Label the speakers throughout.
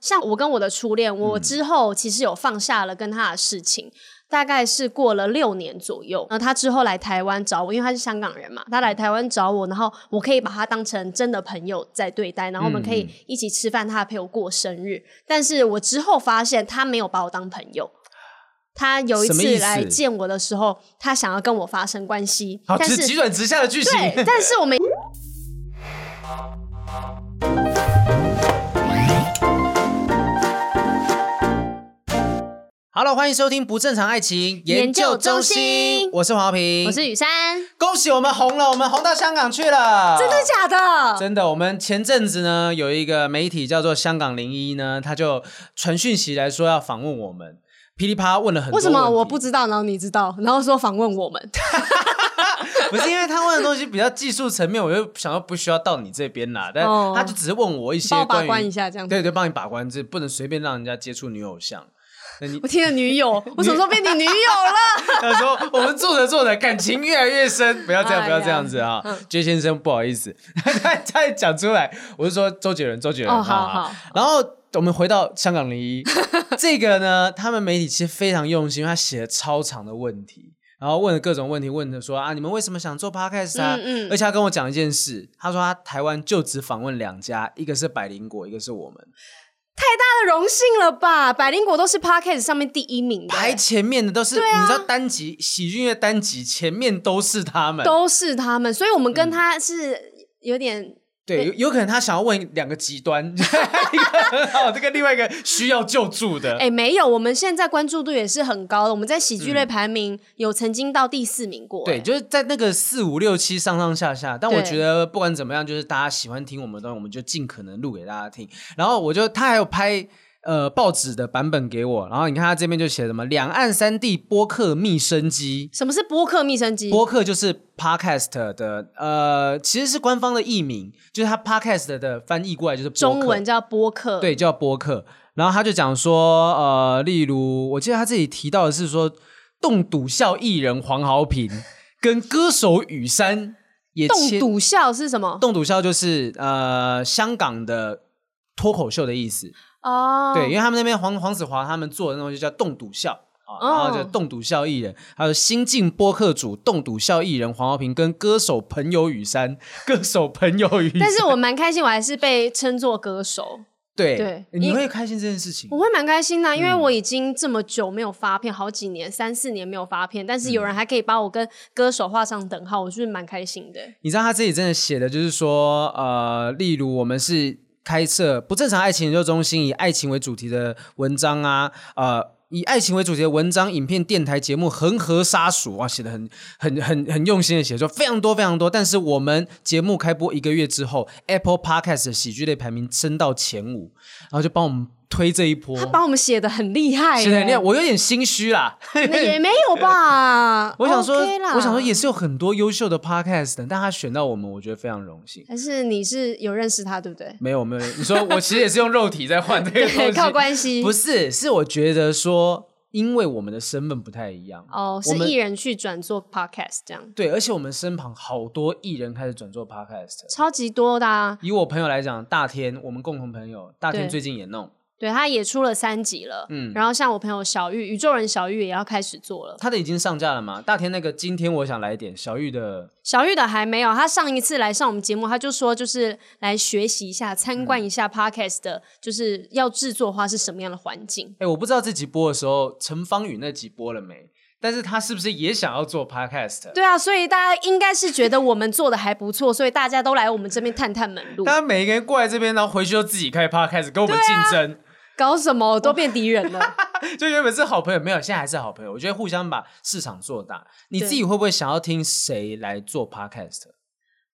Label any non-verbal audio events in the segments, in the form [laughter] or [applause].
Speaker 1: 像我跟我的初恋，
Speaker 2: 嗯
Speaker 1: 我之后其实有放下了跟他的事情，大概是过了六年左右。然后他之后来台湾找我，因为他是香港人嘛，他来台湾找我，然后我可以把他当成真的朋友在对待，然后我们可
Speaker 2: 嗯
Speaker 1: 以一起吃饭，他还陪我过生日。但是我之后发现他没有把我当朋友。他有一
Speaker 2: 什么意
Speaker 1: 次
Speaker 2: 思
Speaker 1: 来见我的时候，他想要跟我发生关系，
Speaker 2: 好，
Speaker 1: 但
Speaker 2: 直
Speaker 1: 是
Speaker 2: 急转直下的剧情。
Speaker 1: 对，但是我们
Speaker 2: [laughs] 好了，欢迎收听《不正常爱情
Speaker 1: 研究中心
Speaker 2: 我是黄浩平，
Speaker 1: 我是雨珊，
Speaker 2: 恭喜我们红了，我们红到香港去了，
Speaker 1: 真的假的？
Speaker 2: 真的，我们前阵子呢有一个媒体叫做香港零一呢，他就传讯息来说要访问我们，噼里啪啦问了很多
Speaker 1: 为什
Speaker 2: 问题。
Speaker 1: 么我不知道，然后你知道，然后说访问我们？
Speaker 2: 不是因为他问的东西比较技术层面，我就想说不需要到你这边啦，但
Speaker 1: 哦
Speaker 2: 他就只是问我一些
Speaker 1: 帮我把
Speaker 2: 关于
Speaker 1: 关一下这样子
Speaker 2: 对对，帮你把关，这不能随便让人家接触女偶像。那你
Speaker 1: 我听了女 [laughs] 友，我什么时候变你女友 [laughs] 了？
Speaker 2: 他说：“我们做着做着，感情越来越深，不要这样，
Speaker 1: 哎呀
Speaker 2: 不要这样子啊！”薛先生，不好意思， [laughs] 他他讲出来，我是说周杰伦，周杰伦，
Speaker 1: 哦好好
Speaker 2: 然后我们回到香港零一，这个呢，他们媒体其实非常用心，因为他写了超长的问题，然后问了各种问题，问的说啊，你们为什么想做 podcast 啊？
Speaker 1: 嗯嗯
Speaker 2: 而且他跟我讲一件事，他说他台湾就只访问两家，一个是百灵果，一个是我们。
Speaker 1: 太荣幸了吧！百灵果都是 podcast 上面第一名的，
Speaker 2: 排前面的都是，
Speaker 1: 对啊
Speaker 2: 你知道单集喜剧的单集前面都是他们，
Speaker 1: 都是他们，所以我们跟他是有点
Speaker 2: 对，有有可能他想要问两个极端， [laughs] 一个很好，这个另外一个需要救助的。
Speaker 1: 哎、没有，我们现在关注度也是很高的，我们在喜剧类排名有曾经到第四名过、
Speaker 2: 对，
Speaker 1: 哎
Speaker 2: 就是在那个四五六七上上下下，但
Speaker 1: 对
Speaker 2: 我觉得不管怎么样，就是大家喜欢听我们的东西，我们就尽可能录给大家听。然后我就他还有拍呃报纸的版本给我，然后你看他这边就写什么两岸三地播客密生机，
Speaker 1: 什么是播客密生机？
Speaker 2: 播客就是 podcast 的呃其实是官方的译名，就是它 podcast 的翻译过来就是播客
Speaker 1: 中文叫播客，，
Speaker 2: 对，叫播客。然后他就讲说，呃，例如，我记得他自己提到的是说，动笃笑艺人黄豪平
Speaker 1: [laughs]
Speaker 2: 跟歌手雨山也
Speaker 1: 动
Speaker 2: 切
Speaker 1: 笃笑是什么？
Speaker 2: 动笃笑就是呃香港的脱口秀的意思。
Speaker 1: 哦，
Speaker 2: 对，因为他们那边黄黄子华他们做的那东西叫动笃笑。啊然后
Speaker 1: [laughs]
Speaker 2: 就
Speaker 1: 哦
Speaker 2: 动笃笑艺人，还有新晋播客主动笃笑艺人黄豪平跟歌手朋友
Speaker 1: [laughs]
Speaker 2: 雨山，歌手朋友雨山，
Speaker 1: 但是我蛮开心，我还是被称作歌手，
Speaker 2: 对
Speaker 1: 对
Speaker 2: 你
Speaker 1: 因
Speaker 2: 会开心这件事情
Speaker 1: 我，会蛮开心的啊、
Speaker 2: 嗯
Speaker 1: 因为我已经这么久没有发片，好几年，三四年没有发片，但是有人
Speaker 2: 嗯
Speaker 1: 还可以把我跟歌手画上等号，我就是蛮开心的。
Speaker 2: 你知道他自己真的写的就是说，呃，例如我们是开设不正常爱情研究中心，以爱情为主题的文章啊，呃。以爱情为主题的文章、影片、电台节目《恒河沙数》哇，写的很、很、很、很用心的写作，非常多、非常多。但是我们节目开播一个月之后，Apple Podcast 的喜剧类排名升到前五，然后就帮我们推这一波，
Speaker 1: 他把我们写的很厉害、欸，
Speaker 2: 写的很厉害。我有点心虚啦， [laughs]
Speaker 1: 那也没有吧？
Speaker 2: 我想说
Speaker 1: OK 啦
Speaker 2: 我想说也是有很多优秀的 Podcast 的，但他选到我们，我觉得非常荣幸。
Speaker 1: 还是你是有认识他，对不
Speaker 2: [laughs]
Speaker 1: 对？
Speaker 2: 没有没有，你说我其实也是用肉体在
Speaker 1: [laughs]
Speaker 2: 换这个东西，
Speaker 1: 靠关系
Speaker 2: 不是，是我觉得说，因为我们的身份不太一样
Speaker 1: 哦，
Speaker 2: 我
Speaker 1: 是
Speaker 2: 们
Speaker 1: 艺人去转做 podcast 这样，
Speaker 2: 对，而且我们身旁好多艺人开始转做 podcast。
Speaker 1: 超级多的、啊。
Speaker 2: 以我朋友来讲，大天，我们共同朋友，大天
Speaker 1: 对
Speaker 2: 最近也弄，
Speaker 1: 对，他也出了三集了。
Speaker 2: 嗯
Speaker 1: 然后像我朋友小玉，宇宙人小玉也要开始做了。
Speaker 2: 他的已经上架了嘛？大天那个今天我想来一点小玉的，
Speaker 1: 小玉的还没有，他上一次来上我们节目，他就说就是来学习一下、参观一下 podcast 的，就是要制作的话是什么样的环境。
Speaker 2: 哎，我不知道这集播的时候陈芳宇那集播了没，但是他是不是也想要做 podcast？
Speaker 1: 对啊，所以大家应该是觉得我们做的还不错，所以大家都来我们这边探探 [laughs] 门路。
Speaker 2: 他每一个人过来这边，然后回去就自己开 podcast 跟我们竞
Speaker 1: 啊
Speaker 2: 争。
Speaker 1: 搞什么都变敌人了。
Speaker 2: 就原本是好朋友，没有，现在还是好朋友。我觉得互相把市场做大。你
Speaker 1: 对
Speaker 2: 自己会不会想要听谁来做 podcast？
Speaker 1: [laughs]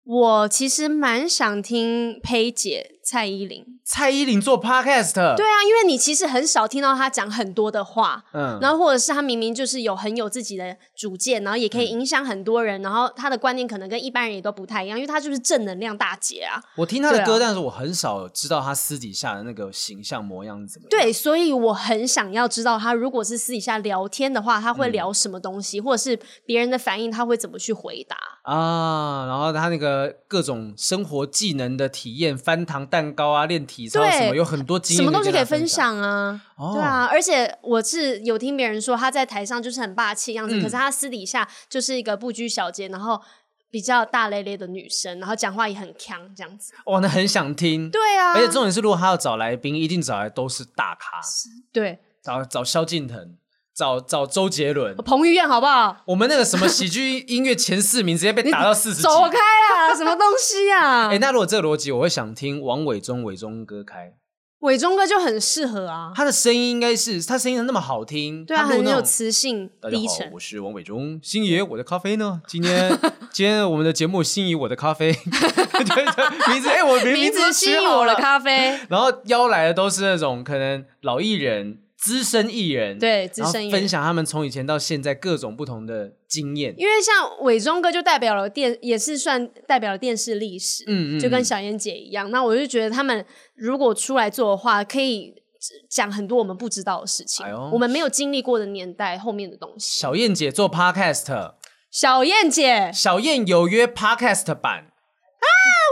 Speaker 1: 我其实蛮想听佩姐蔡依林，
Speaker 2: 蔡依林做 podcast？
Speaker 1: 对，啊，因为你其实很少听到她讲很多的话，
Speaker 2: 嗯，
Speaker 1: 然后或者是她明明就是有很有自己的主见，然后也可以
Speaker 2: 嗯
Speaker 1: 影响很多人，然后她的观念可能跟一般人也都不太一样，因为她就是正能量大姐啊。
Speaker 2: 我听她的歌，
Speaker 1: 对
Speaker 2: 但是我很少知道她私底下的那个形象模样是怎么样。
Speaker 1: 对，所以我很想要知道她如果是私底下聊天的话，她会
Speaker 2: 嗯
Speaker 1: 聊什么东西，或者是别人的反应，她会怎么去回答。
Speaker 2: 啊，然后她那个各种生活技能的体验、翻糖带蛋糕啊、练体操什么，
Speaker 1: 对
Speaker 2: 有很多经验
Speaker 1: 什么东西可以
Speaker 2: 分
Speaker 1: 分。享啊？
Speaker 2: 哦
Speaker 1: 对啊，而且我是有听别人说他在台上就是很霸气的样子，
Speaker 2: 嗯
Speaker 1: 可是他私底下就是一个不拘小节，然后比较大咧咧的女生，然后讲话也很强这样子。
Speaker 2: 哇，那很想听。
Speaker 1: 对啊，
Speaker 2: 而且重点是，如果他要找来宾，一定找来都是大咖，
Speaker 1: 对
Speaker 2: 找找萧敬腾，找找周杰伦。
Speaker 1: 彭于晏好不好？
Speaker 2: 我们那个什么喜剧音乐前四名直接被打到四十几。
Speaker 1: 走开
Speaker 2: [laughs]
Speaker 1: 啊！什么东西啊
Speaker 2: 哎、？那如果这个逻辑，我会想听王伟忠、伟忠哥开，
Speaker 1: 伟忠哥就很适合啊，
Speaker 2: 他的声音应该是他声音那么好听，
Speaker 1: 对啊，
Speaker 2: 他录
Speaker 1: 很
Speaker 2: 那
Speaker 1: 有
Speaker 2: 种
Speaker 1: 磁性，
Speaker 2: 大家
Speaker 1: 低
Speaker 2: 好，
Speaker 1: 沉
Speaker 2: 我。是王伟忠，星爷，我的咖啡呢？今天今天我们的节目星爷我的咖啡，对对名字哎、我名
Speaker 1: 名
Speaker 2: 都
Speaker 1: 字吸
Speaker 2: 取
Speaker 1: 引
Speaker 2: 好
Speaker 1: 我的
Speaker 2: 了
Speaker 1: 咖
Speaker 2: [laughs]
Speaker 1: 啡，
Speaker 2: 然后邀来的都是那种可能老艺人、资深艺人，
Speaker 1: 对资深艺人
Speaker 2: 然后分享他们从以前到现在各种不同的经验。
Speaker 1: 因为像伟忠哥就代表了电，也是算代表了电视历史，
Speaker 2: 嗯嗯
Speaker 1: 就跟
Speaker 2: 嗯
Speaker 1: 小燕姐一样。那我就觉得他们如果出来做的话，可以讲很多我们不知道的事情，
Speaker 2: 哎呦
Speaker 1: 我们没有经历过的年代后面的东西。
Speaker 2: 小燕姐做 podcast，
Speaker 1: 小燕姐，
Speaker 2: 小燕有约 podcast 版，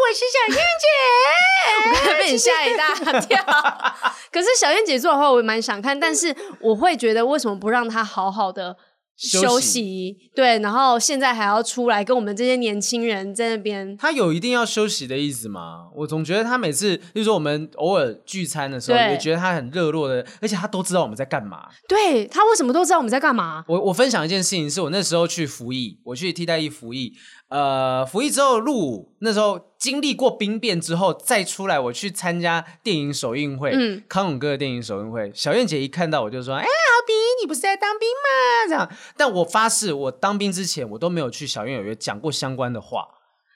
Speaker 1: 我是小燕姐， [laughs] 被你吓一大跳。可是小燕姐做的话，我也蛮想看，但是我会觉得为什么不让她好好的
Speaker 2: 休
Speaker 1: 休
Speaker 2: 息
Speaker 1: 息？对，然后现在还要出来跟我们这些年轻人在那边。
Speaker 2: 她有一定要休息的意思吗？我总觉得她每次，就是说我们偶尔聚餐的时候，
Speaker 1: 对
Speaker 2: 也觉得她很热络的，而且她都知道我们在干嘛。
Speaker 1: 对他为什么都知道我们在干嘛？
Speaker 2: 我我分享一件事情，是我那时候去服役，我去替代役服役，呃，服役之后入伍，那时候经历过兵变之后再出来，我去参加电影首映会，
Speaker 1: 嗯
Speaker 2: 康永哥的电影首映会，小燕姐一看到我就说，哎、阿斌，你不是在当兵吗？这样，但我发誓，我当兵之前我都没有去小燕有约讲过相关的话，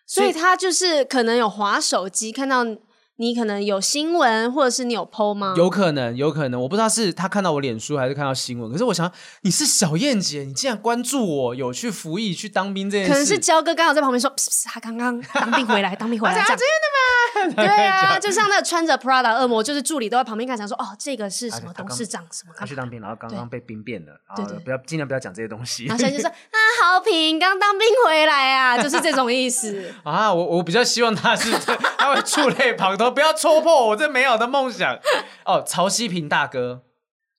Speaker 1: 所以他就是可能有划手机，看到你可能有新闻，或者是你有 PO 吗？
Speaker 2: 有可能，有可能，我不知道是他看到我脸书还是看到新闻，可是我想你是小燕姐，你竟然关注我，有去服役去当兵这件事，
Speaker 1: 可能是焦哥刚好在旁边说， [laughs] 噗噗他刚刚当兵回来，当兵回来，这样
Speaker 2: 真 [laughs]
Speaker 1: 对啊，就像那个穿着 Prada 恶魔，就是助理都在旁边看，想说哦，这个是什么
Speaker 2: 哎他
Speaker 1: 董
Speaker 2: 刚
Speaker 1: 事长什么
Speaker 2: 他
Speaker 1: 干
Speaker 2: 去
Speaker 1: 嘛？
Speaker 2: 当兵，然后刚刚被兵变了，然
Speaker 1: 对
Speaker 2: 后
Speaker 1: 对
Speaker 2: 不要尽量不要讲这些东西 [laughs]
Speaker 1: 然后现在就说啊，好评刚当兵回来啊，就是这种意
Speaker 2: [laughs]
Speaker 1: 思。
Speaker 2: 啊。我我比较希望他是 [laughs] 他会触类旁通，不要戳破我这美好的梦想。哦，曹希平大哥，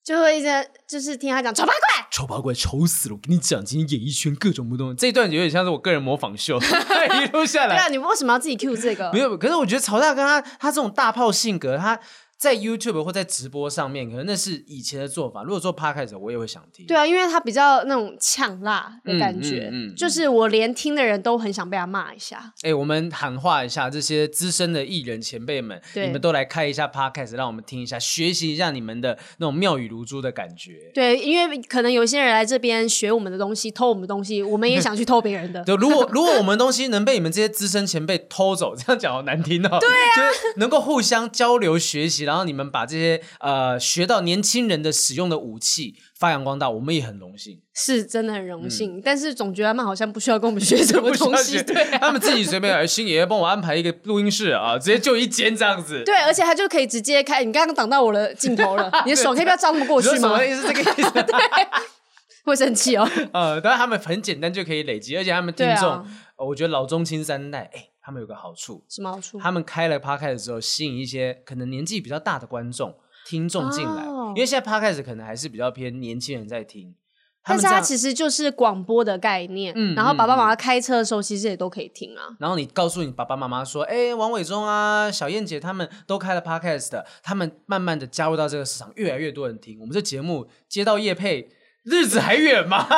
Speaker 1: 就会一直就是听他讲丑八怪，
Speaker 2: 丑八怪丑死了！我跟你讲，今天演艺圈各种不同，这一段有点像是我个人模仿秀， [laughs] 一路下 [laughs]
Speaker 1: 对啊，
Speaker 2: 来
Speaker 1: 你为什么要自己 Q 这个
Speaker 2: 没？有。可是我觉得曹大哥他他这种大炮性格，他在 YouTube 或在直播上面，可能那是以前的做法。如果做 Podcast，我也会想听。
Speaker 1: 对啊，因为他比较那种呛辣的感觉，
Speaker 2: 嗯嗯嗯嗯
Speaker 1: 就是我连听的人都很想被他骂一下。
Speaker 2: 哎、我们喊话一下这些资深的艺人前辈们，
Speaker 1: 对
Speaker 2: 你们都来开一下 podcast，让我们听一下，学习一下你们的那种妙语如珠的感觉。
Speaker 1: 对，因为可能有一些人来这边学我们的东西，偷我们的东西，我们也想去偷别人
Speaker 2: [laughs]
Speaker 1: 的。
Speaker 2: 就如果如果我们东西能被你们这些资深前辈偷走，这样讲好难听哦。对啊，就是能够互相交流学习，然后你们把这些呃学到年轻人的使用的武器发扬光大，我们也很荣幸。
Speaker 1: 是真的很荣幸，但是总觉得他们好像不需要跟我们学什么东西。
Speaker 2: 嗯 [laughs] 不需
Speaker 1: 对
Speaker 2: 要学他们自己随便，哎星爷帮我安排一个录音室啊，直接就一间这样子。
Speaker 1: 对，而且他就可以直接开，你刚刚挡到我的镜
Speaker 2: [laughs]
Speaker 1: 头了，你的手可以不要照那么过
Speaker 2: 你说
Speaker 1: 去
Speaker 2: 什
Speaker 1: 吗
Speaker 2: 么？意思？这个意思？
Speaker 1: [laughs] 会生气哦。 [laughs]
Speaker 2: 呃，但他们很简单就可以累积，而且他们听
Speaker 1: 对啊
Speaker 2: 众，呃我觉得老中青三代，哎、他们有个好处，
Speaker 1: 什么好处？
Speaker 2: 他们开了 podcast 之后，吸引一些可能年纪比较大的观众、听众进来，
Speaker 1: 哦
Speaker 2: 因为现在 podcast 可能还是比较偏年轻人在听，他
Speaker 1: 但
Speaker 2: 们
Speaker 1: 是
Speaker 2: 这
Speaker 1: 它
Speaker 2: 样。
Speaker 1: 其实就是广播的概念，
Speaker 2: 嗯
Speaker 1: 然后爸爸
Speaker 2: 嗯
Speaker 1: 妈妈开车的时候其实也都可以听啊。
Speaker 2: 然后你告诉你爸爸妈妈说，哎、王伟忠啊、小燕姐他们都开了 podcast，他们慢慢的加入到这个市场，越来越多人听。我们这节目接到叶配，日子还远吗？ [laughs]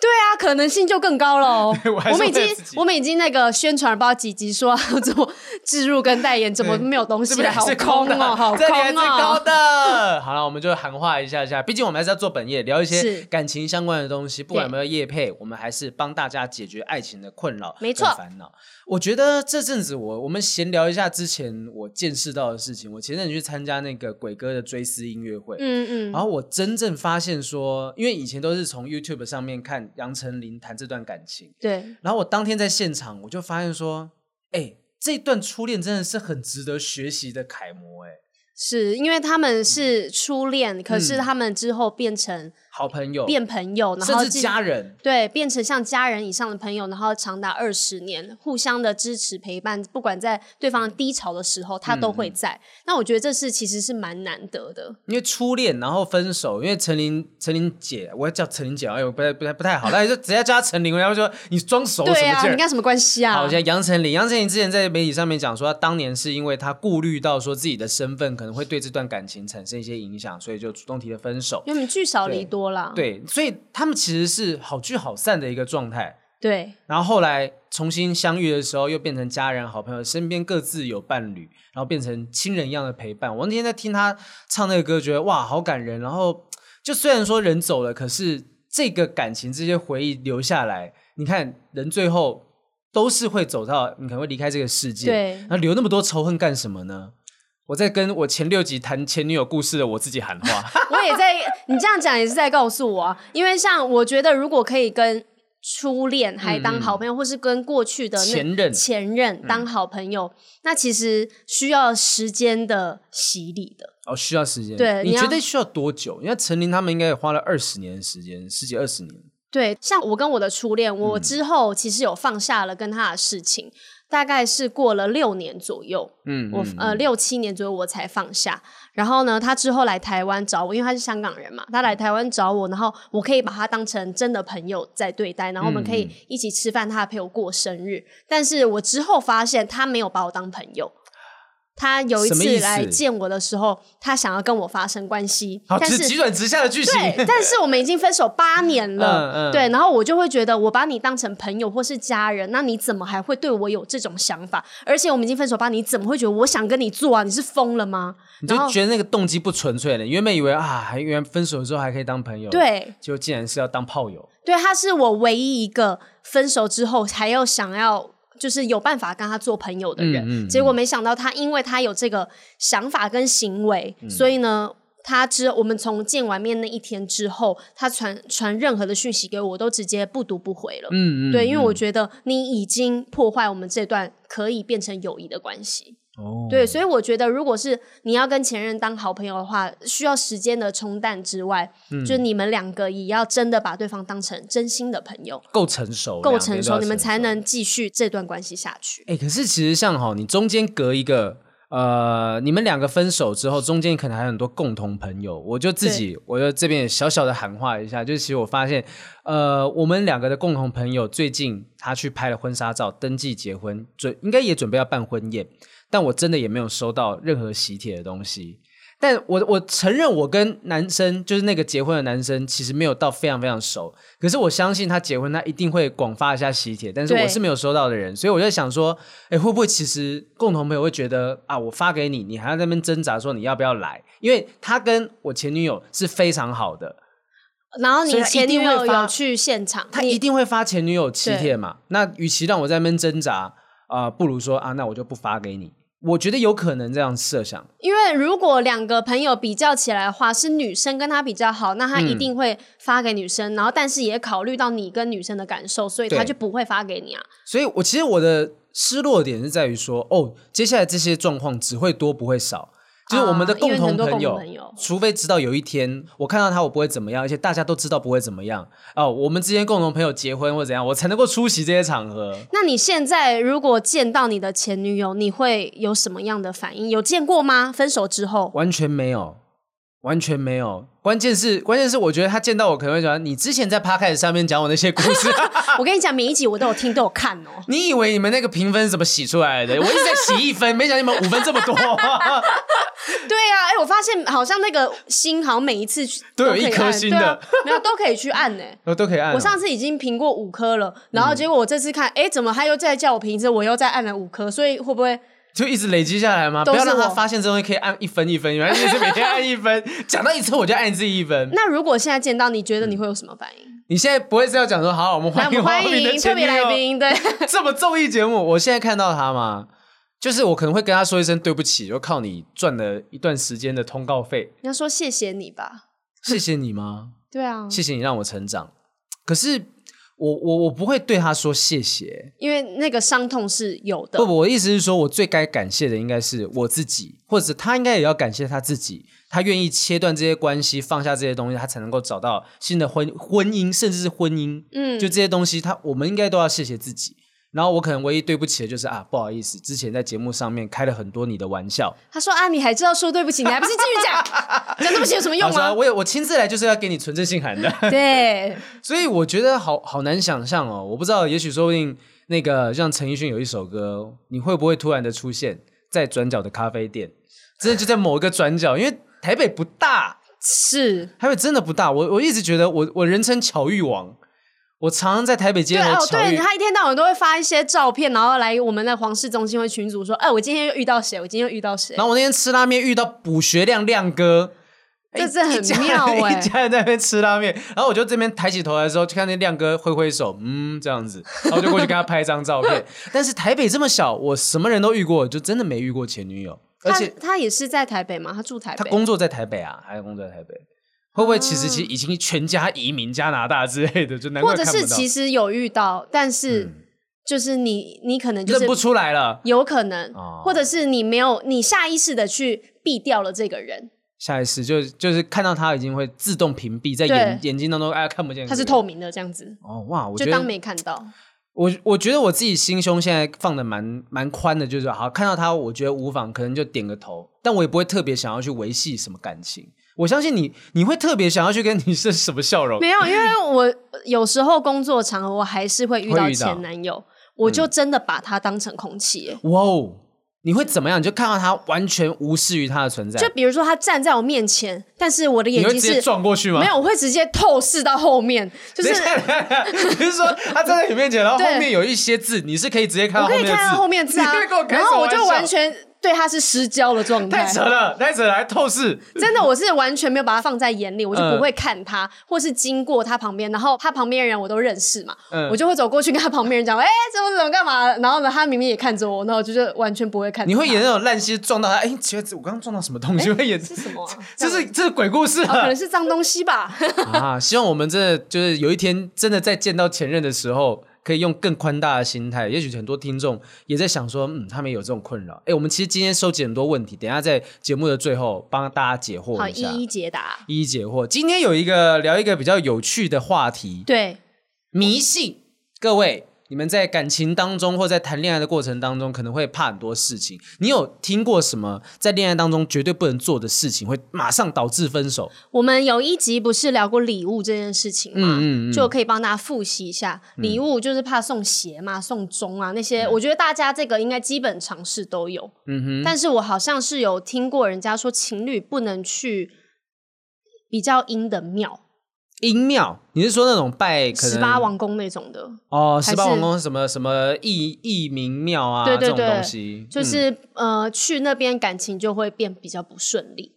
Speaker 1: 对啊，可能性就更高了哦
Speaker 2: 对我还是
Speaker 1: 们已
Speaker 2: 为了
Speaker 1: 经
Speaker 2: 自己
Speaker 1: 我们已经那个宣传了不知道几集说要做植入跟代言，怎么
Speaker 2: 对
Speaker 1: 没有东
Speaker 2: 这
Speaker 1: 西？
Speaker 2: 边还
Speaker 1: 好
Speaker 2: 是空
Speaker 1: 空
Speaker 2: 的，
Speaker 1: 哦，好
Speaker 2: 这里还是
Speaker 1: 空
Speaker 2: 高
Speaker 1: 哦。
Speaker 2: 的。 [laughs] 好了，我们就喊话一下下，毕竟我们还是要做本业，聊一些
Speaker 1: 是
Speaker 2: 感情相关的东西，不管有没有业配，我们还是帮大家解决爱情的困扰、
Speaker 1: 没错
Speaker 2: 烦恼。我觉得这阵子我我们闲聊一下之前我见识到的事情。我前阵子去参加那个鬼哥的追思音乐会，
Speaker 1: 嗯
Speaker 2: 然
Speaker 1: 嗯，
Speaker 2: 后我真正发现说，因为以前都是从 YouTube 上面看杨丞琳谈这段感情，
Speaker 1: 对，
Speaker 2: 然后我当天在现场，我就发现说，哎、这段初恋真的是很值得学习的楷模、哎，
Speaker 1: 是因为他们是初恋，可是
Speaker 2: 嗯
Speaker 1: 他们之后变成
Speaker 2: 好朋友，
Speaker 1: 变朋友，然
Speaker 2: 甚
Speaker 1: 后
Speaker 2: 至
Speaker 1: 进
Speaker 2: 家人，
Speaker 1: 对，变成像家人以上的朋友，然后长达二十年，互相的支持陪伴，不管在对方低潮的时候，他都
Speaker 2: 嗯
Speaker 1: 会在。那我觉得这是其实是蛮难得的。
Speaker 2: 因为初恋然后分手，因为陈琳陈琳姐，我要叫陈琳姐，哎呦，不太不太不太好，那就直接叫她陈琳，人家会说你装熟哦什么
Speaker 1: 对
Speaker 2: 劲
Speaker 1: 啊，
Speaker 2: 儿
Speaker 1: 你？跟什么关系啊？
Speaker 2: 好，我现在杨丞琳，杨丞琳之前在媒体上面讲说，她当年是因为她顾虑到说自己的身份可能会对这段感情产生一些影响，所以就主动提了分手。
Speaker 1: 因为我们聚少离
Speaker 2: 对
Speaker 1: 多啦。
Speaker 2: 对，所以他们其实是好聚好散的一个状态。
Speaker 1: 对
Speaker 2: 然后后来重新相遇的时候，又变成家人、好朋友，身边各自有伴侣，然后变成亲人一样的陪伴。我那天在听他唱那个歌，觉得哇，好感人。然后就虽然说人走了，可是这个感情、这些回忆留下来，你看人最后都是会走到，你可能会离开这个世界。
Speaker 1: 对
Speaker 2: 那留那么多仇恨干什么呢？我在跟我前六集谈前女友故事的我自己喊话。
Speaker 1: 我也在，你这样讲也是在告诉我、啊，因为像我觉得，如果可以跟初恋还当好朋友，或是跟过去的那
Speaker 2: 嗯前
Speaker 1: [laughs]
Speaker 2: 任
Speaker 1: 前任当好朋友，那其实需要时间的洗礼的。
Speaker 2: 哦，需要时间。
Speaker 1: 对
Speaker 2: 你
Speaker 1: 你
Speaker 2: 觉
Speaker 1: 要
Speaker 2: 得需要多久？因为陈琳他们应该也花了二十年的时间，十几二十年。
Speaker 1: 对，像我跟我的初恋，我之后其实有放下了跟他的事情，大概是过了六年左右，
Speaker 2: 嗯，
Speaker 1: 我
Speaker 2: 嗯
Speaker 1: 呃六七年左右我才放下。然后呢，他之后来台湾找我，因为他是香港人嘛，他来台湾找我，然后我可以把他当成真的朋友在对待，然后我们可
Speaker 2: 嗯
Speaker 1: 以一起吃饭，他还陪我过生日。但是我之后发现他没有把我当朋友。他有一
Speaker 2: 什么意
Speaker 1: 次
Speaker 2: 思
Speaker 1: 来见我的时候，他想要跟我发生关系，
Speaker 2: 好，
Speaker 1: 但
Speaker 2: 直
Speaker 1: 是
Speaker 2: 急转直下的剧情。 [laughs]
Speaker 1: 对，但是我们已经分手八年了，
Speaker 2: 嗯嗯
Speaker 1: 对，然后我就会觉得我把你当成朋友或是家人，那你怎么还会对我有这种想法？而且我们已经分手八年，你怎么会觉得我想跟你做啊？你是疯了吗？
Speaker 2: 你就
Speaker 1: 然后
Speaker 2: 觉得那个动机不纯粹了。你原本以为啊，还原来分手之后还可以当朋友，，
Speaker 1: 对
Speaker 2: 就竟然是要当炮友。
Speaker 1: 对，他是我唯一一个分手之后还要想要。就是有办法跟他做朋友的人，
Speaker 2: 嗯嗯嗯
Speaker 1: 结果没想到他因为他有这个想法跟行为，
Speaker 2: 嗯
Speaker 1: 所以呢，他之我们从见完面那一天之后，他传传任何的讯息给我，我都直接不读不回了。
Speaker 2: 嗯
Speaker 1: 对，因为我觉得你已经破坏我们这段可以变成友谊的关系。
Speaker 2: 哦，
Speaker 1: 对，所以我觉得，如果是你要跟前任当好朋友的话，需要时间的冲淡之外，
Speaker 2: 嗯
Speaker 1: 就是你们两个也要真的把对方当成真心的朋友，
Speaker 2: 够成熟，
Speaker 1: 够
Speaker 2: 两边
Speaker 1: 成
Speaker 2: 都
Speaker 1: 熟，
Speaker 2: 要
Speaker 1: 你们才能继续这段关系下去。
Speaker 2: 哎、可是其实像哈，你中间隔一个。呃，你们两个分手之后，中间可能还有很多共同朋友。我就自己，我就这边也小小的喊话一下，就是其实我发现，呃，我们两个的共同朋友最近他去拍了婚纱照，登记结婚，准应该也准备要办婚宴，但我真的也没有收到任何喜帖的东西。但我我承认，我跟男生就是那个结婚的男生，其实没有到非常非常熟。可是我相信他结婚，他一定会广发一下喜帖，但是
Speaker 1: 对
Speaker 2: 我是没有收到的人，所以我就想说，哎，会不会其实共同朋友会觉得啊，我发给你，你还要在那边挣扎说你要不要来？因为他跟我前女友是非常好的，
Speaker 1: 然后
Speaker 2: 所以
Speaker 1: 你
Speaker 2: 他一
Speaker 1: 前女
Speaker 2: 定会
Speaker 1: 友
Speaker 2: 发
Speaker 1: 有去现场，
Speaker 2: 他
Speaker 1: 你
Speaker 2: 一定会发前女友喜帖嘛。那与其让我在那边挣扎啊、不如说啊，那我就不发给你。我觉得有可能这样设想，
Speaker 1: 因为如果两个朋友比较起来的话，是女生跟他比较好，那他
Speaker 2: 嗯
Speaker 1: 一定会发给女生，然后但是也考虑到你跟女生的感受，所以他
Speaker 2: 对
Speaker 1: 就不会发给你啊。
Speaker 2: 所以我其实我的失落点是在于说，哦，接下来这些状况只会多不会少。就是我们的
Speaker 1: 啊因为
Speaker 2: 共同
Speaker 1: 很多
Speaker 2: 朋友，
Speaker 1: 共同朋友
Speaker 2: 除非直到有一天我看到他，我不会怎么样，而且大家都知道不会怎么样哦。我们之间共同朋友结婚或怎样，我才能够出席这些场合。
Speaker 1: 那你现在如果见到你的前女友，你会有什么样的反应？有见过吗？分手之后，
Speaker 2: 完全没有，完全没有。关键是，关键是，我觉得他见到我可能会讲，你之前在 p o d c a s t 上面讲我那些故事， [laughs]
Speaker 1: 我跟你讲，每一集我都有听，都有看哦。
Speaker 2: 你以为你们那个评分是怎么洗出来的？我一直在洗一分，没想到你们五分这么
Speaker 1: [laughs]
Speaker 2: 多。[laughs]
Speaker 1: 对啊，哎、我发现好像那个心，好像每一次去
Speaker 2: 都有
Speaker 1: 可以
Speaker 2: 一颗
Speaker 1: 按
Speaker 2: 星
Speaker 1: 对啊哎
Speaker 2: 的
Speaker 1: 没有都可以去按呢、
Speaker 2: 我都可以按哦、
Speaker 1: 我上次已经评过五颗了，然后结果我这次看，哎、怎么他又再叫我评一次，我又再按了五颗，所以会不会
Speaker 2: 就一直累积下来吗？
Speaker 1: 都
Speaker 2: 不
Speaker 1: 是
Speaker 2: 要让他
Speaker 1: 我
Speaker 2: 发现这东西可以按一分一分，原来你是每天按
Speaker 1: [laughs]
Speaker 2: 一分，讲到一次我就按自己一分。
Speaker 1: 那如果现在见到，你觉得你会有什么反 [laughs] 应？
Speaker 2: 你现在不会是要讲说好，我们
Speaker 1: 来，
Speaker 2: 欢
Speaker 1: 我们
Speaker 2: 迎
Speaker 1: 欢
Speaker 2: 黄浩明的
Speaker 1: 迎特
Speaker 2: 前女
Speaker 1: 别来
Speaker 2: 友
Speaker 1: 宾，对， [laughs]
Speaker 2: 这么综艺节目，我现在看到他嘛，就是我可能会跟他说一声对不起，就靠你赚了一段时间的通告费，
Speaker 1: 你要说谢谢你吧。
Speaker 2: 谢谢你吗？
Speaker 1: 对啊，
Speaker 2: 谢谢你让我成长。可是我我我不会对他说谢谢。
Speaker 1: 因为那个伤痛是有的
Speaker 2: 不。不，我的意思是说，我最该感谢的应该是我自己，或者他应该也要感谢他自己，他愿意切断这些关系，放下这些东西，他才能够找到新的婚婚姻，甚至是婚姻。
Speaker 1: 嗯，
Speaker 2: 就这些东西，他我们应该都要谢谢自己。然后我可能唯一对不起的就是啊，不好意思，之前在节目上面开了很多你的玩笑，
Speaker 1: 他说啊，你还知道说对不起，你还不是继续讲，讲对不起有什么用
Speaker 2: 然后说啊
Speaker 1: 啊？
Speaker 2: 我有我亲自来就是要给你纯正信函的。
Speaker 1: 对，
Speaker 2: 所以我觉得好好难想象哦，我不知道，也许说不定那个像陈奕迅有一首歌，你会不会突然的出现在转角的咖啡店？真的就在某一个转角，因为台北不大，
Speaker 1: 是。
Speaker 2: 台北真的不大。我我一直觉得我我人称巧遇王，我常常在台北街
Speaker 1: 对
Speaker 2: 头
Speaker 1: 哦，
Speaker 2: 巧
Speaker 1: 对
Speaker 2: 遇。
Speaker 1: 他一天到晚都会发一些照片，然后来我们的皇室中心会群组说，哎，我今天又遇到谁，我今天又遇到谁
Speaker 2: 然，后我那天吃拉面遇到补学亮亮哥，
Speaker 1: 这真的
Speaker 2: 一家
Speaker 1: 很
Speaker 2: 人 [laughs]
Speaker 1: 妙哎、
Speaker 2: 一家人在那边吃拉面，然后我就这边抬起头来的时候，就看见亮哥挥挥手，嗯，这样子，然后就过去跟他拍一张
Speaker 1: [laughs]
Speaker 2: 照片。但是台北这么小，我什么人都遇过，就真的没遇过前女友，而且
Speaker 1: 他他也是在台北嘛，他住台
Speaker 2: 他
Speaker 1: 北，
Speaker 2: 工作在台北啊，还工作在台北，会不会其实其实已经全家移民加拿大之类的，就难怪
Speaker 1: 或
Speaker 2: 看
Speaker 1: 者
Speaker 2: 不到，嗯
Speaker 1: 是其实有遇到，但是、就是你你可能就
Speaker 2: 认
Speaker 1: 是
Speaker 2: 不出来了。
Speaker 1: 有可能，
Speaker 2: 哦
Speaker 1: 或者是你没有你下意识的去避掉了这个人，
Speaker 2: 下一次就就是看到他已经会自动屏蔽在
Speaker 1: 对
Speaker 2: 眼眼睛当中，哎，看不见。
Speaker 1: 他是透明的这样子，
Speaker 2: 哦哇，我觉
Speaker 1: 就
Speaker 2: 得
Speaker 1: 当没看到。
Speaker 2: 我我觉得我自己心胸现在放的蛮蛮宽的，就是好看到他，我觉得无妨，可能就点个头，但我也不会特别想要去维系什么感情。我相信你，你会特别想要去跟你是什么笑容？
Speaker 1: 没有，因为我有时候工作场合我还是会遇到
Speaker 2: 会遇到嗯
Speaker 1: 前男友，我就真的把他当成空气耶、
Speaker 2: 哇哦，你会怎么样？你就看到他完全无视于他的存在，
Speaker 1: 就比如说他站在我面前，但是我的
Speaker 2: 你
Speaker 1: 眼
Speaker 2: 会
Speaker 1: 睛
Speaker 2: 直接
Speaker 1: 是
Speaker 2: 撞过去吗？
Speaker 1: 没有，，我会直接透视到后面，就是
Speaker 2: 等一下，你是说他站在你面前，然后后
Speaker 1: 对
Speaker 2: 面有一些字，你是可以直接看
Speaker 1: 我
Speaker 2: 到后
Speaker 1: 可以
Speaker 2: 面的字，
Speaker 1: 看到后面字啊
Speaker 2: 你会跟我，开
Speaker 1: 然
Speaker 2: 什
Speaker 1: 后
Speaker 2: 么
Speaker 1: 我就
Speaker 2: 玩笑
Speaker 1: 完全对他是失焦的状态
Speaker 2: 太。扯了，太扯了，还透视。
Speaker 1: 真的，我是完全没有把他放在眼里，我就
Speaker 2: 嗯
Speaker 1: 不会看他，或是经过他旁边，然后他旁边的人我都认识嘛，
Speaker 2: 嗯
Speaker 1: 我就会走过去跟他旁边人讲，哎、怎么怎么干嘛？然后呢，他明明也看着我，那我就是完全不会看他。
Speaker 2: 你会演那种烂戏撞到他，哎，奇怪，我刚刚撞到什么东西？会演
Speaker 1: 是什么啊、
Speaker 2: 这
Speaker 1: 样
Speaker 2: 是这是鬼故事
Speaker 1: 哦，可
Speaker 2: 啊！
Speaker 1: 能是脏东西吧。
Speaker 2: 啊，希望我们真的就是有一天真的在见到前任的时候，可以用更宽大的心态。也许很多听众也在想说，嗯，他们也有这种困扰。哎，我们其实今天收集很多问题，等一下在节目的最后帮大家解惑
Speaker 1: 好，
Speaker 2: 哦一
Speaker 1: 一
Speaker 2: 下，
Speaker 1: 一解答。
Speaker 2: 一一解惑。今天有一个聊一个比较有趣的话题，
Speaker 1: 对，
Speaker 2: 迷信。各位，你们在感情当中或在谈恋爱的过程当中，可能会怕很多事情。你有听过什么在恋爱当中绝对不能做的事情，会马上导致分手？
Speaker 1: 我们有一集不是聊过礼物这件事情吗？
Speaker 2: 嗯嗯嗯嗯
Speaker 1: 就可以帮大家复习一下。礼物就是怕送鞋嘛、送钟啊那些，我觉得大家这个应该基本常识都有。
Speaker 2: 嗯哼。
Speaker 1: 但是我好像是有听过人家说，情侣不能去比较阴的庙，
Speaker 2: 阴庙，你是说那种拜可能
Speaker 1: 十八王宫那种的，
Speaker 2: 哦，十八
Speaker 1: 还是
Speaker 2: 王宫什么什么义义民庙啊
Speaker 1: 对对
Speaker 2: 这种
Speaker 1: 对
Speaker 2: 东西，
Speaker 1: 就是
Speaker 2: 嗯、、
Speaker 1: 呃，去那边感情就会变比较不顺利。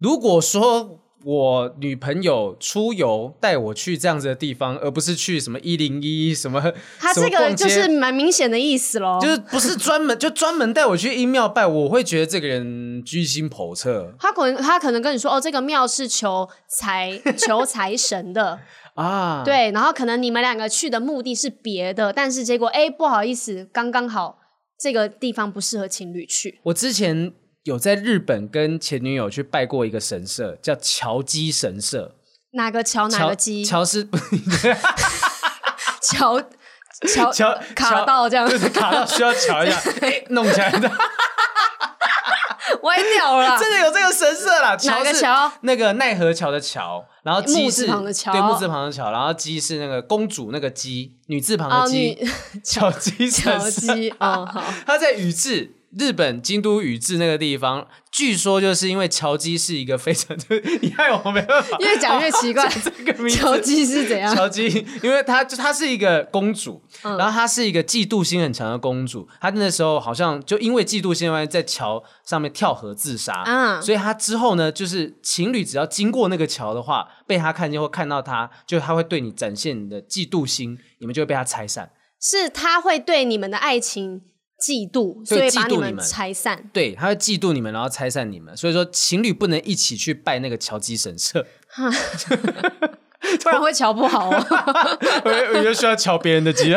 Speaker 2: 如果说我女朋友出游带我去这样子的地方，而不是去什么一零一什么，
Speaker 1: 他
Speaker 2: 什么
Speaker 1: 这个
Speaker 2: 逛街
Speaker 1: 就是蛮明显的意思喽，
Speaker 2: 就是不是专门就专门带我去阴庙拜，我会觉得这个人居心叵测
Speaker 1: 他可能他可能跟你说哦，这个庙是求财求财神的，
Speaker 2: [laughs] 啊。，
Speaker 1: 对，然后可能你们两个去的目的是别的，但是结果哎不好意思，刚刚好这个地方不适合情侣去，
Speaker 2: 我之前有在日本跟前女友去拜过一个神社，叫乔基神社，
Speaker 1: 哪个桥哪
Speaker 2: 乔
Speaker 1: 个鸡
Speaker 2: 乔是
Speaker 1: 桥
Speaker 2: [laughs]
Speaker 1: 桥
Speaker 2: 乔
Speaker 1: 卡
Speaker 2: 乔
Speaker 1: 到这样
Speaker 2: 就是卡到需要瞧一下，哎 [laughs] 弄起来的，
Speaker 1: [laughs] 歪掉了啦，
Speaker 2: [laughs] 真的有这个神社啦。
Speaker 1: 啊哪个
Speaker 2: 是
Speaker 1: 桥
Speaker 2: 那个奈何桥的桥，然后鸡
Speaker 1: 木字
Speaker 2: 是
Speaker 1: 旁的桥
Speaker 2: 对木字旁的桥，然后鸡是那个公主那个鸡，女字旁
Speaker 1: 哦
Speaker 2: 的鸡， [laughs]
Speaker 1: 女
Speaker 2: 巧鸡
Speaker 1: [laughs]
Speaker 2: 神
Speaker 1: 桥
Speaker 2: 社。
Speaker 1: 鸡哦好，
Speaker 2: [laughs] 它在宇治，日本京都宇治那个地方，据说就是因为乔鸡是一个非常， [laughs] 你看我没办
Speaker 1: [laughs]
Speaker 2: 法，哦
Speaker 1: 越讲越奇怪，
Speaker 2: [laughs] 这个名字
Speaker 1: 桥鸡是怎
Speaker 2: [laughs]
Speaker 1: 样？
Speaker 2: 乔基，因为她就她是一个公主，然后她是一个嫉妒心很强的公主，她那时候好像就因为嫉妒心关系在桥上面跳河自杀，
Speaker 1: 啊
Speaker 2: 所以她之后呢，就是情侣只要经过那个桥的话，被她看见或看到她，就她会对你展现你的嫉妒心，你们就会被她拆散。
Speaker 1: 是他会对你们的爱情嫉妒，所
Speaker 2: 对
Speaker 1: 以
Speaker 2: 嫉
Speaker 1: 把
Speaker 2: 妒
Speaker 1: 你
Speaker 2: 你
Speaker 1: 们
Speaker 2: 们
Speaker 1: 拆散。
Speaker 2: 对，她会嫉妒你们，然后拆散你们。所以说，情侣不能一起去拜那个乔基神社。
Speaker 1: 不然会瞧不好 [laughs] 哦，
Speaker 2: [laughs] 我我觉得需要瞧别人的啊鸡，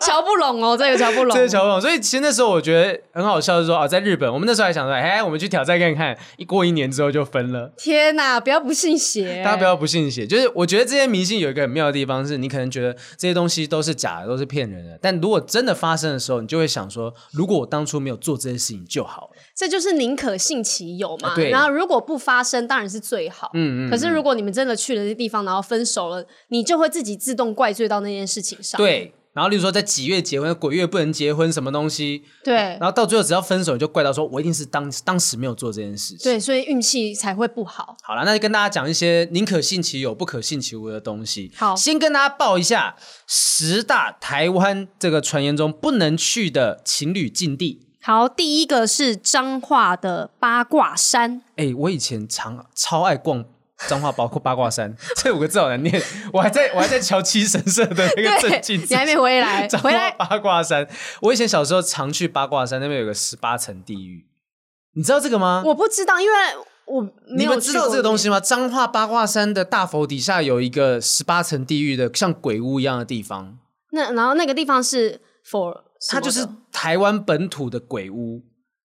Speaker 1: 瞧不拢哦，这个瞧不拢
Speaker 2: 这。是瞧不懂。所以其实那时候我觉得很好笑，是说啊，在日本，我们那时候还想说，哎，我们去挑战看看。一过一年之后就分了。
Speaker 1: 天哪，不要不信邪，
Speaker 2: 大家不要不信邪，就是我觉得这些迷信有一个很妙的地方是，你可能觉得这些东西都是假的，都是骗人的。但如果真的发生的时候，你就会想说，如果我当初没有做这些事情就好了。
Speaker 1: 这就是宁可信其有嘛。
Speaker 2: 啊对
Speaker 1: 然后如果不发生，当然是最好。
Speaker 2: 嗯嗯
Speaker 1: 可是如果你们真的去了那地方，然后分手了，你就会自己自动怪罪到那件事情上。
Speaker 2: 对。然后，例如说在几月结婚，鬼月不能结婚，什么东西？
Speaker 1: 对
Speaker 2: 然后到最后，只要分手，你就怪到说，我一定是当当时没有做这件事情。
Speaker 1: 对，所以运气才会不好。
Speaker 2: 好了，那就跟大家讲一些宁可信其有，不可信其无的东西。
Speaker 1: 好
Speaker 2: 先跟大家报一下十大台湾这个传言中不能去的情侣禁地。
Speaker 1: 好，第一个是彰化的八卦
Speaker 2: [laughs]
Speaker 1: 山，
Speaker 2: 哎、我以前常超爱逛彰化，包括八卦山 [laughs] 这五个字好难念，我还在我还在瞧七神社的那个
Speaker 1: 对
Speaker 2: 镇静，，
Speaker 1: 你还没回来，
Speaker 2: [laughs] 彰
Speaker 1: 回
Speaker 2: 化
Speaker 1: 来
Speaker 2: 八卦山。我以前小时候常去八卦山，那边有个十八层地狱，你知道这个吗？
Speaker 1: 我不知道，因为我没
Speaker 2: 你
Speaker 1: 有
Speaker 2: 们知道这个东西吗？彰化八卦山的大佛底下有一个十八层地狱的像鬼屋一样的地方，
Speaker 1: 去过那边。那然后那个地方是 for
Speaker 2: 它就
Speaker 1: 什
Speaker 2: 是
Speaker 1: 么的
Speaker 2: 台湾本土的鬼屋，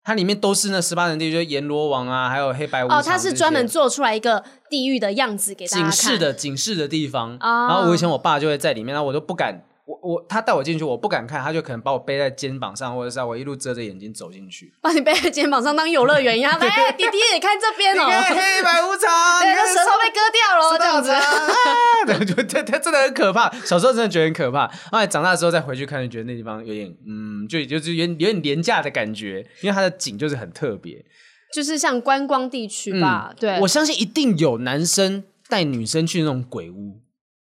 Speaker 2: 它里面都是那十八层地狱，就是阎罗王啊，还有黑白无常
Speaker 1: 哦，它是
Speaker 2: 这些
Speaker 1: 专门做出来一个地狱的样子给大家
Speaker 2: 警
Speaker 1: 看
Speaker 2: 示的警示的地方。
Speaker 1: 哦
Speaker 2: 然后我以前我爸就会在里面，然后我都不敢，我我他带我进去，我不敢看，他就可能把我背在肩膀上，或者是啊我一路遮着眼睛走进去。
Speaker 1: 把你背在肩膀上当游乐园一
Speaker 2: [laughs]
Speaker 1: 样，哎，弟弟你看这边
Speaker 2: 你
Speaker 1: 哦， [laughs]
Speaker 2: 看黑白无常，
Speaker 1: 对，
Speaker 2: 你看
Speaker 1: 这舌头被割掉
Speaker 2: 哦
Speaker 1: 了，哦这样子。
Speaker 2: 啊， [laughs] 对，就他他真的很可怕。小时候真的觉得很可怕，后来长大之后再回去看，就觉得那地方有点，嗯，就就是有点有点廉价的感觉，因为它的景就是很特别。
Speaker 1: 就是像观光地区吧，对
Speaker 2: 嗯我，相信一定有男生带女生去那种鬼屋，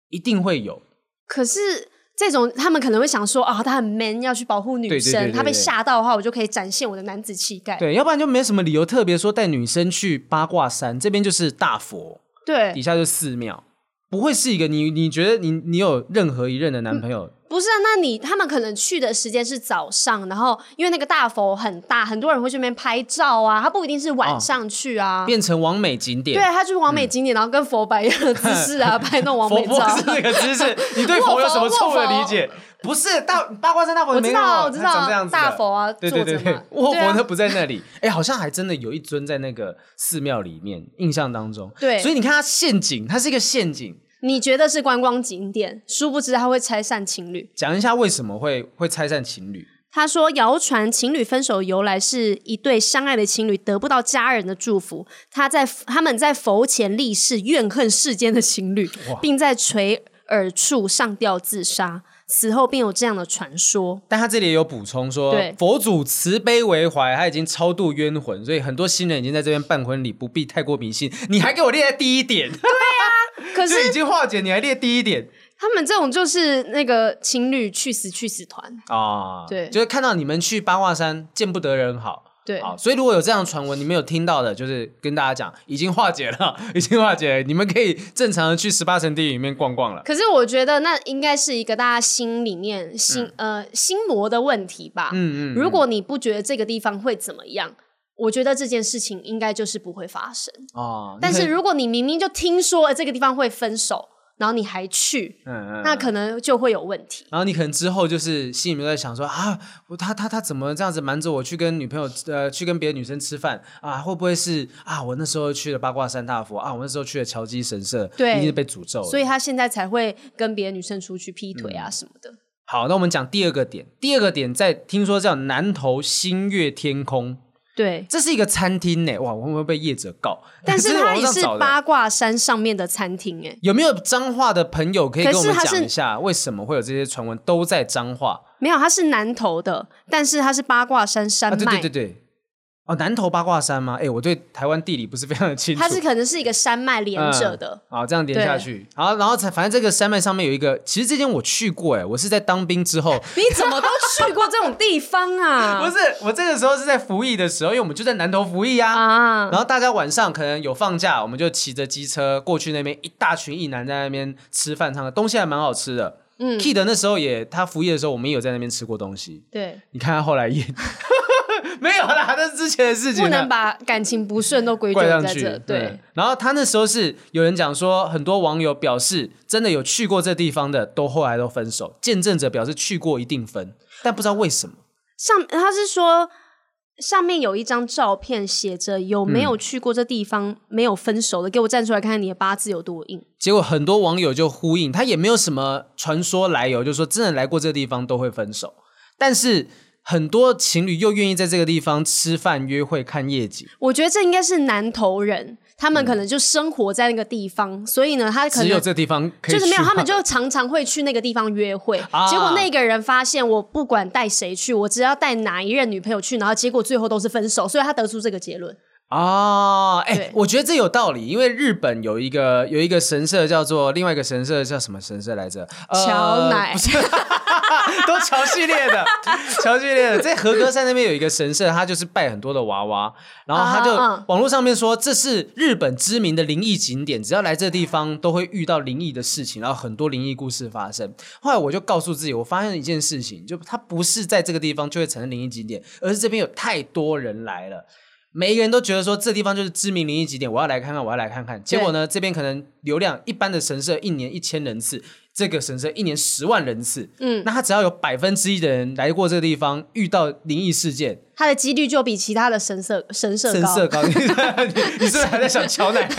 Speaker 2: 一定会有。
Speaker 1: 可是。这种他们可能会想说啊，他很 man，要去保护女
Speaker 2: 对对对对
Speaker 1: 生，
Speaker 2: 对
Speaker 1: 他被吓到的话，我就可以展现我的男子气概。
Speaker 2: 对，要不然就没什么理由特别说带女生去八卦山，这边就是大佛，
Speaker 1: 对
Speaker 2: 底，下就是寺庙。不会是一个你你觉得你你有任何一任的男朋友、
Speaker 1: 不是啊，那你他们可能去的时间是早上，然后因为那个大佛很大，很多人会去那边拍照啊，他不一定是晚上去啊。
Speaker 2: 变成完美景点
Speaker 1: 对，？啊他去完美景点，然后跟佛摆一样的姿势
Speaker 2: [laughs]
Speaker 1: 啊，拍那种完
Speaker 2: 佛
Speaker 1: 美
Speaker 2: 佛
Speaker 1: 照。
Speaker 2: 是那个姿势，你对佛有什么错误的理解？不是大八卦山大佛
Speaker 1: 我知
Speaker 2: 没有，
Speaker 1: 道，我知
Speaker 2: 它长
Speaker 1: 道
Speaker 2: 这样，子的
Speaker 1: 大佛啊，
Speaker 2: 对
Speaker 1: 坐
Speaker 2: 对
Speaker 1: 着
Speaker 2: 对
Speaker 1: 嘛
Speaker 2: [laughs] 对，卧
Speaker 1: 对啊
Speaker 2: 佛它不在那里。哎、好像还真的有一尊在那个寺庙里面，印象当中。
Speaker 1: 对
Speaker 2: 所以你看它陷阱，它是一个陷阱。
Speaker 1: 你觉得是观光景点，殊不知他会拆散情侣。
Speaker 2: 讲一下为什么会会拆散情侣？
Speaker 1: 他说，谣传情侣分手由来是一对相爱的情侣得不到家人的祝福，他在他们在佛前立誓怨恨世间的情侣，并在垂耳处上吊自杀。此后便有这样的传说，
Speaker 2: 但他这里也有补充说
Speaker 1: 对，
Speaker 2: 佛祖慈悲为怀，他已经超度冤魂，所以很多新人已经在这边办婚礼，不必太过迷信。你还给我列在第一点，
Speaker 1: 可是
Speaker 2: [laughs] 就已经化解，你还列第一点
Speaker 1: 他们这种就是那个情侣去死去死团，
Speaker 2: 啊？
Speaker 1: 对
Speaker 2: 就是看到你们去八卦山，见不得人好。
Speaker 1: 对，
Speaker 2: 好，所以如果有这样的传闻，你们有听到的，就是跟大家讲，已经化解了，已经化解了，你们可以正常的去十八层地狱里面逛逛了。
Speaker 1: 可是我觉得那应该是一个大家心里面心、呃心魔的问题吧。
Speaker 2: 嗯嗯嗯嗯
Speaker 1: 如果你不觉得这个地方会怎么样，我觉得这件事情应该就是不会发生。
Speaker 2: [laughs] 哦，
Speaker 1: 但是
Speaker 2: 你可以
Speaker 1: 如果你明明就听说呃这个地方会分手，然后你还去，
Speaker 2: 嗯嗯，
Speaker 1: 那可能就会有问题。
Speaker 2: 然后你可能之后就是心里面在想说啊，我他他他怎么这样子瞒着我去跟女朋友呃去跟别的女生吃饭啊？会不会是啊我那时候去了八卦山大佛啊，我那时候去了乔基神社，
Speaker 1: 对
Speaker 2: 一定是被诅咒了。
Speaker 1: 所以他现在才会跟别的女生出去劈腿
Speaker 2: 嗯
Speaker 1: 啊什么的。
Speaker 2: 好，那我们讲第二个点，第二个点在听说叫南投星月天空，
Speaker 1: 对，
Speaker 2: 这是一个餐厅呢，哇，我会不会被业者告？
Speaker 1: 但是
Speaker 2: 这
Speaker 1: 它
Speaker 2: 网
Speaker 1: 也
Speaker 2: 上
Speaker 1: 是
Speaker 2: 找的
Speaker 1: 八卦山上面的餐厅、哎，
Speaker 2: 有没有彰化的朋友可以
Speaker 1: 可
Speaker 2: 跟
Speaker 1: 是
Speaker 2: 我们
Speaker 1: 他是
Speaker 2: 讲一下，为什么会有这些传闻都在彰化？
Speaker 1: 没有，它是南投的，但是它是八卦山山
Speaker 2: 啊，
Speaker 1: 脉。
Speaker 2: 对对对对，哦，南投八卦山吗？哎，我对台湾地理不是非常的清楚。
Speaker 1: 它是可能是一个山脉连着的，
Speaker 2: 嗯好，这样连下去，好，然后才反正这个山脉上面有一个，其实这间我去过，哎，我是在当兵之后，
Speaker 1: 你怎么都去过这种地方
Speaker 2: 不
Speaker 1: 啊？
Speaker 2: 是我这个时候是在服役的时候，因为我们就在南投服役啊。
Speaker 1: 啊，
Speaker 2: 然后大家晚上可能有放假，我们就骑着机车过去那边，一大群异男在那边吃饭唱歌，东西还蛮好吃的。嗯，Kid
Speaker 1: [laughs]
Speaker 2: 那时候也他服役的时候，我们也有在那边吃过东西。
Speaker 1: 对，
Speaker 2: 你看他后来也，没有啦，那是之前的事情
Speaker 1: 不
Speaker 2: 了。
Speaker 1: 能把感情不顺都归咎
Speaker 2: 怪上
Speaker 1: 在
Speaker 2: 去
Speaker 1: 这。。对，
Speaker 2: 然后他那时候是有人讲说，很多网友表示，真的有去过这地方的，都后来都分手。见证者表示去过一定分，但不知道为什么。
Speaker 1: 上他是说上面有一张照片，写着有没有去过这地方没有分手的，给我站出来看看你的八字有多硬。
Speaker 2: 结果很多网友就呼应，他也没有什么传说来由，就说真的来过这地方都会分手。但是很多情侣又愿意在这个地方吃饭、约会、看夜景，
Speaker 1: 我觉得这应该是南投人，他们可能就生活在那个地方，所以呢，他可
Speaker 2: 只有
Speaker 1: 能。
Speaker 2: 这地方可以
Speaker 1: 就是没有，
Speaker 2: 去
Speaker 1: 他们
Speaker 2: 吗
Speaker 1: 就常常会去那个地方约会。
Speaker 2: 啊
Speaker 1: 结果那个人发现，我不管带谁去，我只要带哪一任女朋友去，然后结果最后都是分手，所以他得出这个结论。
Speaker 2: 啊，哎、
Speaker 1: 对
Speaker 2: 我觉得这有道理，因为日本有一个有一个神社叫做另外一个神社叫什么神社来着？呃
Speaker 1: 乔奶
Speaker 2: 不是 [laughs] 都乔系列
Speaker 1: [laughs]
Speaker 2: 的，乔系列的，在和歌山那边有一个神社，他就是拜很多的娃娃，然后他就
Speaker 1: 啊啊
Speaker 2: 网络上面说这是日本知名的灵异景点，只要来这地方都会遇到灵异的事情，然后很多灵异故事发生。后来我就告诉自己，我发现一件事情，就它不是在这个地方就会产生灵异景点，而是这边有太多人来了。每一个人都觉得说这地方就是知名灵异景点，我要来看看，我要来看看。结果呢，这边可能流量一般的神社一年一千人次，这个神社一年十万人次。嗯，那他只要有百分之一的人来过这个地方，遇到灵异事件，
Speaker 1: 他的几率就比其他的神社神社
Speaker 2: 神
Speaker 1: 高，
Speaker 2: 社高，你 [laughs] 你是不是还在想乔
Speaker 1: [laughs]
Speaker 2: 奶？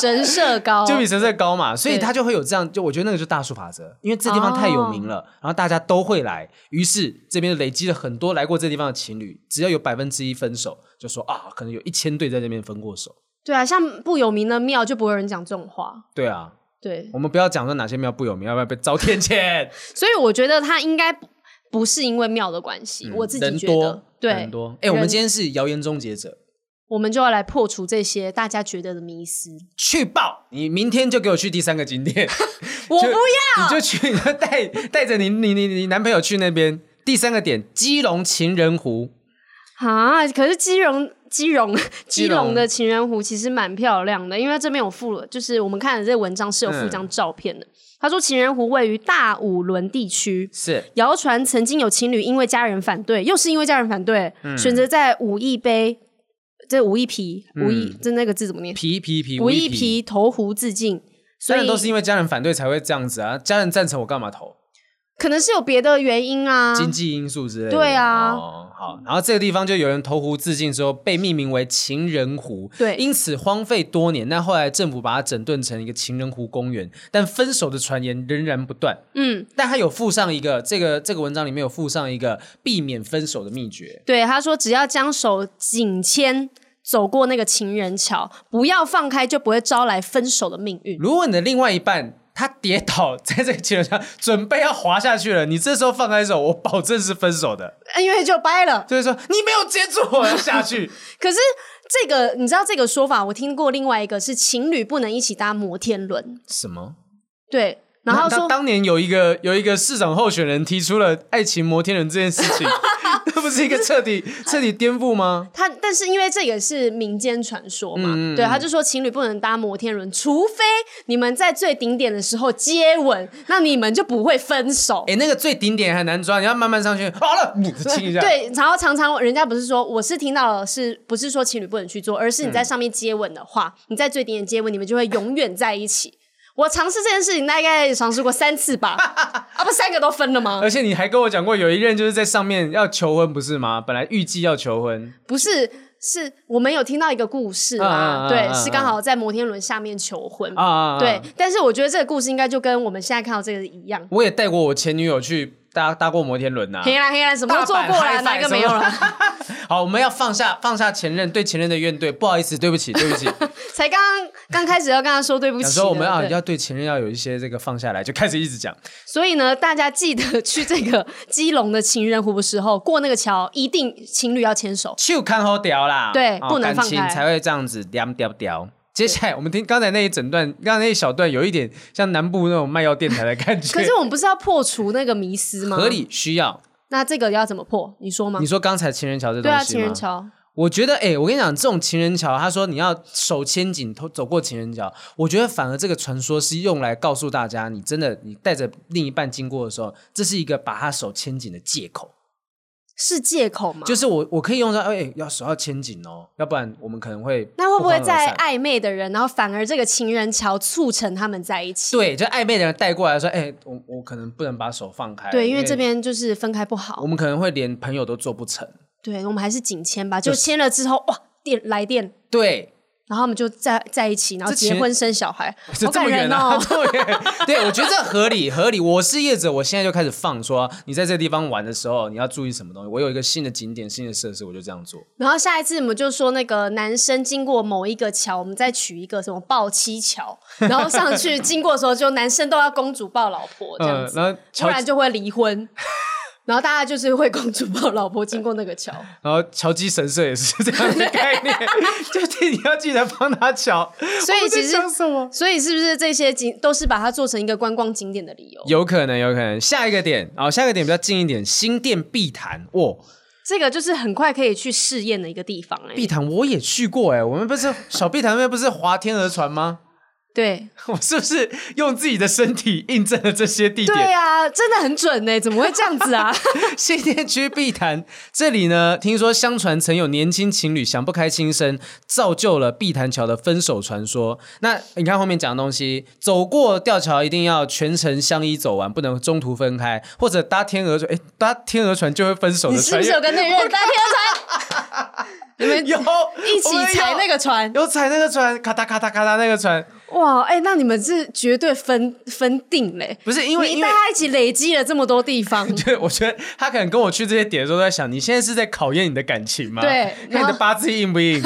Speaker 1: 神社高，
Speaker 2: [laughs] 就比神社高嘛，所以
Speaker 1: 对
Speaker 2: 他就会有这样，就我觉得那个就是大数法则，因为这地方太有名了，
Speaker 1: 哦
Speaker 2: 然后大家都会来，于是这边累积了很多来过这地方的情侣，只要有百分之一分手，就说啊，可能有一千对在那边分过手。
Speaker 1: 对啊，像不有名的庙就不会有人讲这种话。
Speaker 2: 对啊，
Speaker 1: 对，
Speaker 2: 我们不要讲说哪些庙不有名，要不要被遭天谴？
Speaker 1: 所以我觉得他应该不不是因为庙的关系， [laughs] 我自己
Speaker 2: 嗯人
Speaker 1: 觉
Speaker 2: 多
Speaker 1: 得，，对，
Speaker 2: 人多。哎、我们
Speaker 1: 人
Speaker 2: 今天是谣言终结者，
Speaker 1: 我们就要来破除这些大家觉得的迷思。
Speaker 2: 去报！你明天就给我去第三个景
Speaker 1: [laughs]
Speaker 2: 点，
Speaker 1: 我不
Speaker 2: 就
Speaker 1: 要，
Speaker 2: 你就去，你就带带着你你你你男朋友去那边。第三个点，基隆情人湖，
Speaker 1: 啊！可是基隆、基隆、 [laughs] 基
Speaker 2: 基隆
Speaker 1: 隆的情人湖其实蛮漂亮的，因为它这边有附了，就是我们看的这文章是有附一张照片
Speaker 2: 嗯
Speaker 1: 的。他说，情人湖位于大武仑地区。
Speaker 2: 是
Speaker 1: 谣传曾经有情侣因为家人反对，又是因为家人反对，
Speaker 2: 嗯
Speaker 1: 选择在武义碑，这武义皮，武义、这那个字怎么念？
Speaker 2: 皮皮嗯皮
Speaker 1: 武
Speaker 2: 一
Speaker 1: 义，皮投湖自尽，所
Speaker 2: 当
Speaker 1: 以
Speaker 2: 然都是因为家人反对才会这样子啊。家人赞成我干嘛投？
Speaker 1: 可能是有别的原因啊。
Speaker 2: 经济因素之类的。
Speaker 1: 对啊
Speaker 2: 哦，好。然后这个地方就有人投湖自尽之后，被命名为情人湖。
Speaker 1: 对
Speaker 2: 因此荒废多年。那后来政府把它整顿成一个情人湖公园，但分手的传言仍然不断。
Speaker 1: 嗯，
Speaker 2: 但它有附上一个这个这个文章里面有附上一个避免分手的秘诀。
Speaker 1: 对，他说只要将手紧牵走过那个情人桥，不要放开，就不会招来分手的命运。
Speaker 2: 如果你的另外一半他跌倒在这个情人上，准备要滑下去了，你这时候放开手，我保证是分手的。
Speaker 1: 因为就掰了。
Speaker 2: 就是说你没有接住我要下
Speaker 1: [laughs]
Speaker 2: 去，
Speaker 1: 可是这个你知道这个说法，我听过另外一个是情侣不能一起搭摩天轮，
Speaker 2: 什么？
Speaker 1: 对，然后
Speaker 2: 那那
Speaker 1: 说
Speaker 2: 当年有一个有一个市长候选人提出了爱情摩天轮这件事 [laughs] 情，那不是一个彻底彻底颠覆吗？
Speaker 1: 他，但是因为这也是民间传说嘛，对，他就说情侣不能搭摩天轮，除非你们在最顶点的时候接吻，那你们就不会分手。
Speaker 2: 哎、那个最顶点很难抓，你要慢慢上去，好了，嗯亲一下。，
Speaker 1: 对，然后常常人家不是说我是听到了，是不是说情侣不能去做，而是你
Speaker 2: 嗯
Speaker 1: 在上面接吻的话，你在最顶点接吻，你们就会永远在一起。我尝试这件事情大概尝试过三次
Speaker 2: [laughs]
Speaker 1: 吧，啊不，三个都分了吗？
Speaker 2: 而且你还跟我讲过，有一任就是在上面要求婚，不是吗？本来预计要求婚，
Speaker 1: 不是，是我们有听到一个故事啦，
Speaker 2: 啊啊啊
Speaker 1: 对，
Speaker 2: 啊啊
Speaker 1: 是刚好在摩天轮下面求婚
Speaker 2: 啊啊啊
Speaker 1: 对，但是我觉得这个故事应该就跟我们现在看到这个一样，
Speaker 2: 我也带过我前女友去搭搭过摩天轮呐、啊
Speaker 1: 黑啦黑啦，什么都做过
Speaker 2: 大阪
Speaker 1: 啦，哪
Speaker 2: high
Speaker 1: 一个没有啦？
Speaker 2: [laughs] 好，我们要放下放下前任对前任的怨怼，不好意思，对不起， [laughs] 对不起。
Speaker 1: 才刚刚开始要跟他说对不起
Speaker 2: 有
Speaker 1: 的，
Speaker 2: 时候我们啊
Speaker 1: 对
Speaker 2: 要对前任要有一些这个放下来，就开始一直讲。
Speaker 1: 所以呢，大家记得去这个 [laughs] 基隆的情人湖的时候，过那个桥一定情侣要牵手。
Speaker 2: 就看好屌啦，
Speaker 1: 对
Speaker 2: 哦
Speaker 1: 不能
Speaker 2: 感
Speaker 1: 放
Speaker 2: 情
Speaker 1: 开
Speaker 2: 才会这样子屌屌屌。接下来我们听刚才那一整段，刚才那一小段有一点像南部那种卖药电台的感觉，
Speaker 1: 可是我们不是要破除那个迷思吗？
Speaker 2: 合。理需要。
Speaker 1: 那这个要怎么破？你说吗
Speaker 2: 你？说刚才情人桥这
Speaker 1: 对
Speaker 2: 东西
Speaker 1: 啊，
Speaker 2: 吗
Speaker 1: 情人，桥
Speaker 2: 我觉得哎、我跟你讲，这种情人桥，他说你要手牵紧头走过情人桥，我觉得反而这个传说是用来告诉大家，你真的你带着另一半经过的时候，这是一个把他手牵紧的借口。
Speaker 1: 是借口吗？
Speaker 2: 就是我我可以用到，哎、要手要牵紧哦，要不然我们可能会
Speaker 1: 那会不会
Speaker 2: 欢而
Speaker 1: 在
Speaker 2: 散
Speaker 1: 暧昧的人，然后反而这个情人桥促成他们在一起？
Speaker 2: 对，就暧昧的人带过来说，哎、我我可能不能把手放开，
Speaker 1: 对，因为这边就是分开不好
Speaker 2: 我，们可能会连朋友都做不成。
Speaker 1: 对我们还是紧签吧。就签了之后，哇，电来电，
Speaker 2: 对，
Speaker 1: 然后他们就在在一起，然后
Speaker 2: 这其实
Speaker 1: 结婚生小孩，
Speaker 2: 这
Speaker 1: 好
Speaker 2: 这
Speaker 1: 感
Speaker 2: 么远
Speaker 1: 人
Speaker 2: 啊，
Speaker 1: 哦！
Speaker 2: 这么远。对，我觉得这合理，合理。我是业者，我现在就开始放说，你在这个地方玩的时候，你要注意什么东西。我有一个新的景点、新的设施，我就这样做。
Speaker 1: 然后下一次我们就说那个男生经过某一个桥，我们再取一个什么抱妻桥， [laughs] 然后上去经过的时候，就男生都要公主抱老婆这样
Speaker 2: 嗯，
Speaker 1: 子，
Speaker 2: 然后
Speaker 1: 不
Speaker 2: 乔，
Speaker 1: 然就会离婚。然后大家就是会公主抱老婆经过那个桥，
Speaker 2: 然后乔基神社也是这样的概念， [laughs] 就是你要记得帮他乔。
Speaker 1: 所以其实
Speaker 2: 我在想什么？
Speaker 1: 所以是不是这些景都是把它做成一个观光景点的理由？
Speaker 2: 有可能，有可能。下一个点，然、后下一个点比较近一点，新店碧潭哦，
Speaker 1: 这个就是很快可以去试验的一个地方哎、
Speaker 2: 碧潭我也去过哎、我们不是小碧潭那边不是划天鹅船吗？ [laughs]
Speaker 1: 对
Speaker 2: 我是不是用自己的身体印证了这些地点？
Speaker 1: 对啊，真的很准哎、怎么会这样子啊？
Speaker 2: 新店区碧潭这里呢，听说相传曾有年轻情侣想不开轻生，造就了碧潭桥的分手传说。那你看后面讲的东西，走过吊桥一定要全程相依走完，不能中途分开，或者搭天鹅船，哎，搭天鹅船就会分手
Speaker 1: 你
Speaker 2: 的
Speaker 1: 是
Speaker 2: 传
Speaker 1: 不是有跟那 [laughs] 个人搭天船？ [laughs] 你们
Speaker 2: 有
Speaker 1: 一起踩那
Speaker 2: 个，
Speaker 1: 个船？
Speaker 2: 有踩那个船，咔嗒咔嗒咔嗒那个船，
Speaker 1: 哇，哎、那你们是绝对分分定嘞、
Speaker 2: 不是因为
Speaker 1: 你
Speaker 2: 因
Speaker 1: 大。
Speaker 2: 为
Speaker 1: 家一起累积了这么多地
Speaker 2: [laughs]
Speaker 1: 方，
Speaker 2: 对，我觉得他可能跟我去这些点的时候，都在想，你现在是在考验你的感情吗？
Speaker 1: 对
Speaker 2: 看
Speaker 1: 然
Speaker 2: 你
Speaker 1: 后
Speaker 2: 的八字硬
Speaker 1: [laughs]
Speaker 2: 不硬。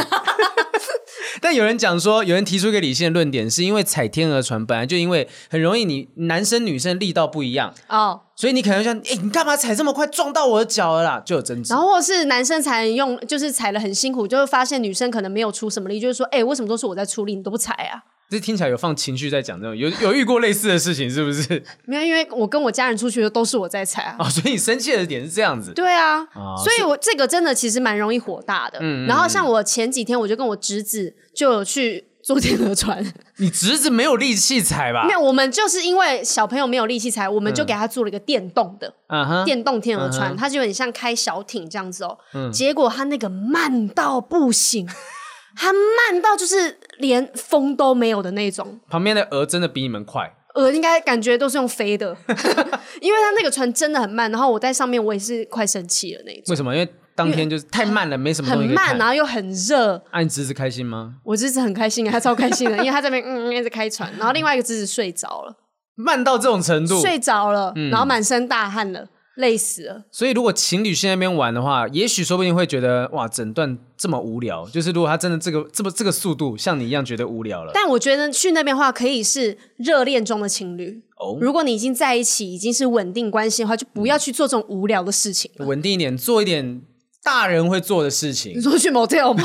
Speaker 2: 但有人讲说，有人提出一个理性的论点，是因为踩天鹅船本来就因为很容易你，男生女生力道不一样， [laughs]
Speaker 1: 哦，
Speaker 2: 所以你可能想，哎、你干嘛踩这么快，撞到我的脚了啦，就有争执
Speaker 1: 然。后或是男生才能用，就是踩的很辛苦，就会发现女生可能没有出什么力，就是说，哎、为什么都是我在出力，你都不踩啊？
Speaker 2: 这听起来有放情绪在讲这种，有有遇过类似的事情是不是？ [laughs]
Speaker 1: 没有，因为我跟我家人出去的都是我在踩啊。
Speaker 2: 哦，所以你生气的点是这样子。
Speaker 1: 对啊，
Speaker 2: 啊
Speaker 1: 所以我这个真的其实蛮容易火大的。
Speaker 2: 嗯
Speaker 1: 然后像我前几天我就跟我侄子就有去坐 [laughs] 天鹅船，
Speaker 2: 你侄子没有力气踩吧
Speaker 1: 没？有，我们就是因为小朋友没有力气踩，我们就给他做了一个电动的、
Speaker 2: 嗯哼，嗯
Speaker 1: 电动天鹅船，它就有点像开小艇这样子哦。结果他那个慢到不行， [laughs] 他慢到就是连风都没有的那种。
Speaker 2: 旁边的鹅真的比你们快。
Speaker 1: 呃，应该感觉都是用飞的， [laughs] 因为他那个船真的很慢，然后我在上面我也是快生气了那一种，
Speaker 2: 为什么？因为当天就是太慢了，没什么
Speaker 1: 很
Speaker 2: 东西可以
Speaker 1: 慢，
Speaker 2: 看。
Speaker 1: 然后又很热，
Speaker 2: 啊，你侄子开心吗？
Speaker 1: 我侄子很开心啊，他超开心的，因为他这边嗯嗯一直开船，然后另外一个侄子睡着了，
Speaker 2: 慢到这种程度，
Speaker 1: 睡着了，
Speaker 2: 嗯
Speaker 1: 然后满身大汗了，累死了。
Speaker 2: 所以如果情侣去那边玩的话，也许说不定会觉得哇，整段这么无聊。就是如果他真的这个这么这个速度，像你一样觉得无聊了，
Speaker 1: 但我觉得去那边的话，可以是热恋中的情侣。
Speaker 2: 哦
Speaker 1: 如果你已经在一起，已经是稳定关系的话，就不要去做这种无聊的事情。
Speaker 2: 稳定一点，做一点大人会做的事
Speaker 1: 你 [laughs]
Speaker 2: 情。
Speaker 1: 说去 motel
Speaker 2: [laughs]
Speaker 1: 吗？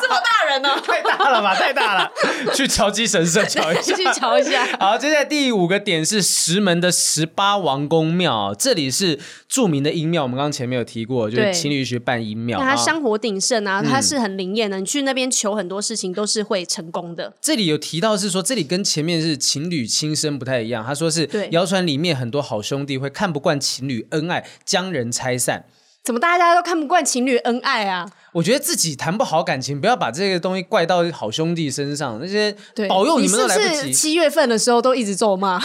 Speaker 1: 这么大人呢、
Speaker 2: 太大了吧，太大
Speaker 1: [laughs]
Speaker 2: 了，去乔基神社瞧一
Speaker 1: 你
Speaker 2: 下。
Speaker 1: [laughs] 去瞧一下。
Speaker 2: 好，接下来第五个点是石门的十八王公庙，这里是著名的阴庙，我们刚刚前面有提过，就是
Speaker 1: 对
Speaker 2: 情侣去办阴庙。
Speaker 1: 那它
Speaker 2: 啊
Speaker 1: 香火鼎盛啊，它是很灵验的。你去那边求很多事情都是会成功的。
Speaker 2: 这里有提到是说，这里跟前面是情侣亲生不太一样。他说是
Speaker 1: 对
Speaker 2: 谣传里面很多好兄弟会看不惯情侣恩爱，将人拆散。
Speaker 1: 怎么大家都看不惯情侣恩爱啊？
Speaker 2: 我觉得自己谈不好感情，不要把这个东西怪到好兄弟身上，那些
Speaker 1: 对，
Speaker 2: 保佑
Speaker 1: 你
Speaker 2: 们都来
Speaker 1: 是
Speaker 2: 不
Speaker 1: 不是
Speaker 2: 及。
Speaker 1: 七月份的时候都一直咒
Speaker 2: [laughs]
Speaker 1: 骂，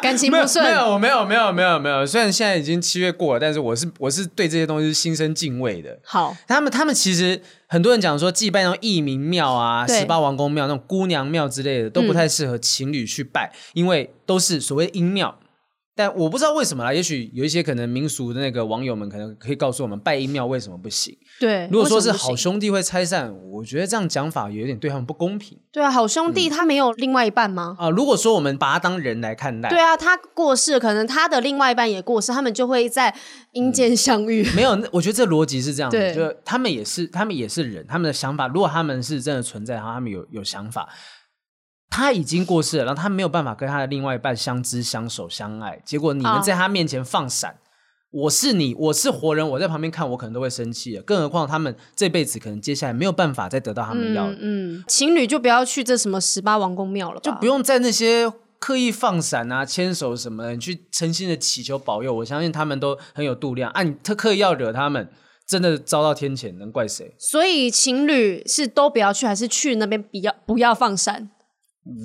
Speaker 1: 感情
Speaker 2: 没
Speaker 1: 不
Speaker 2: 有
Speaker 1: 顺
Speaker 2: 没。有没有没有没有没有，虽然现在已经七月过了，但是我是我是对这些东西是心生敬畏的。
Speaker 1: 好，
Speaker 2: 他们他们其实很多人讲说，祭拜那种义民庙啊、
Speaker 1: 对
Speaker 2: 十八王公庙、那种姑娘庙之类的，都不太适合情侣去拜，因为都是所谓阴庙。但我不知道为什么啦，也许有一些可能民俗的那个网友们可能可以告诉我们，拜阴庙为什么不行？
Speaker 1: 对。
Speaker 2: 如果说
Speaker 1: 为什么
Speaker 2: 是
Speaker 1: 不行
Speaker 2: 好兄弟会拆散，我觉得这样讲法有点对他们不公平
Speaker 1: 对啊，好兄
Speaker 2: 嗯
Speaker 1: 弟他没有另外一半吗？
Speaker 2: 啊、如果说我们把他当人来看待，
Speaker 1: 对啊，他过世，可能他的另外一半也过世，他们就会在
Speaker 2: 嗯
Speaker 1: 阴间相遇。
Speaker 2: 没有，那我觉得这逻辑是这样
Speaker 1: 对
Speaker 2: 的，就是他们也是，他们也是人，他们的想法，如果他们是真的存在，然后他们有有想法，他已经过世了，然后他没有办法跟他的另外一半相知、相守、相爱，结果你
Speaker 1: 啊
Speaker 2: 们在他面前放闪。我是你，我是活人，我在旁边看，我可能都会生气了。更何况他们这辈子可能接下来没有办 [laughs]
Speaker 1: 嗯
Speaker 2: 法再得到他们要的，
Speaker 1: 嗯嗯，情侣就不要去这什么十八王公庙了吧，
Speaker 2: 就不用在那些刻意放闪啊、牵手什么的，你去诚心的祈求保佑，我相信他们都很有度量啊。你特刻意要惹他们，真的遭到天谴，能怪谁？
Speaker 1: 所以情侣是都不要去，还是去那边比较不要放闪？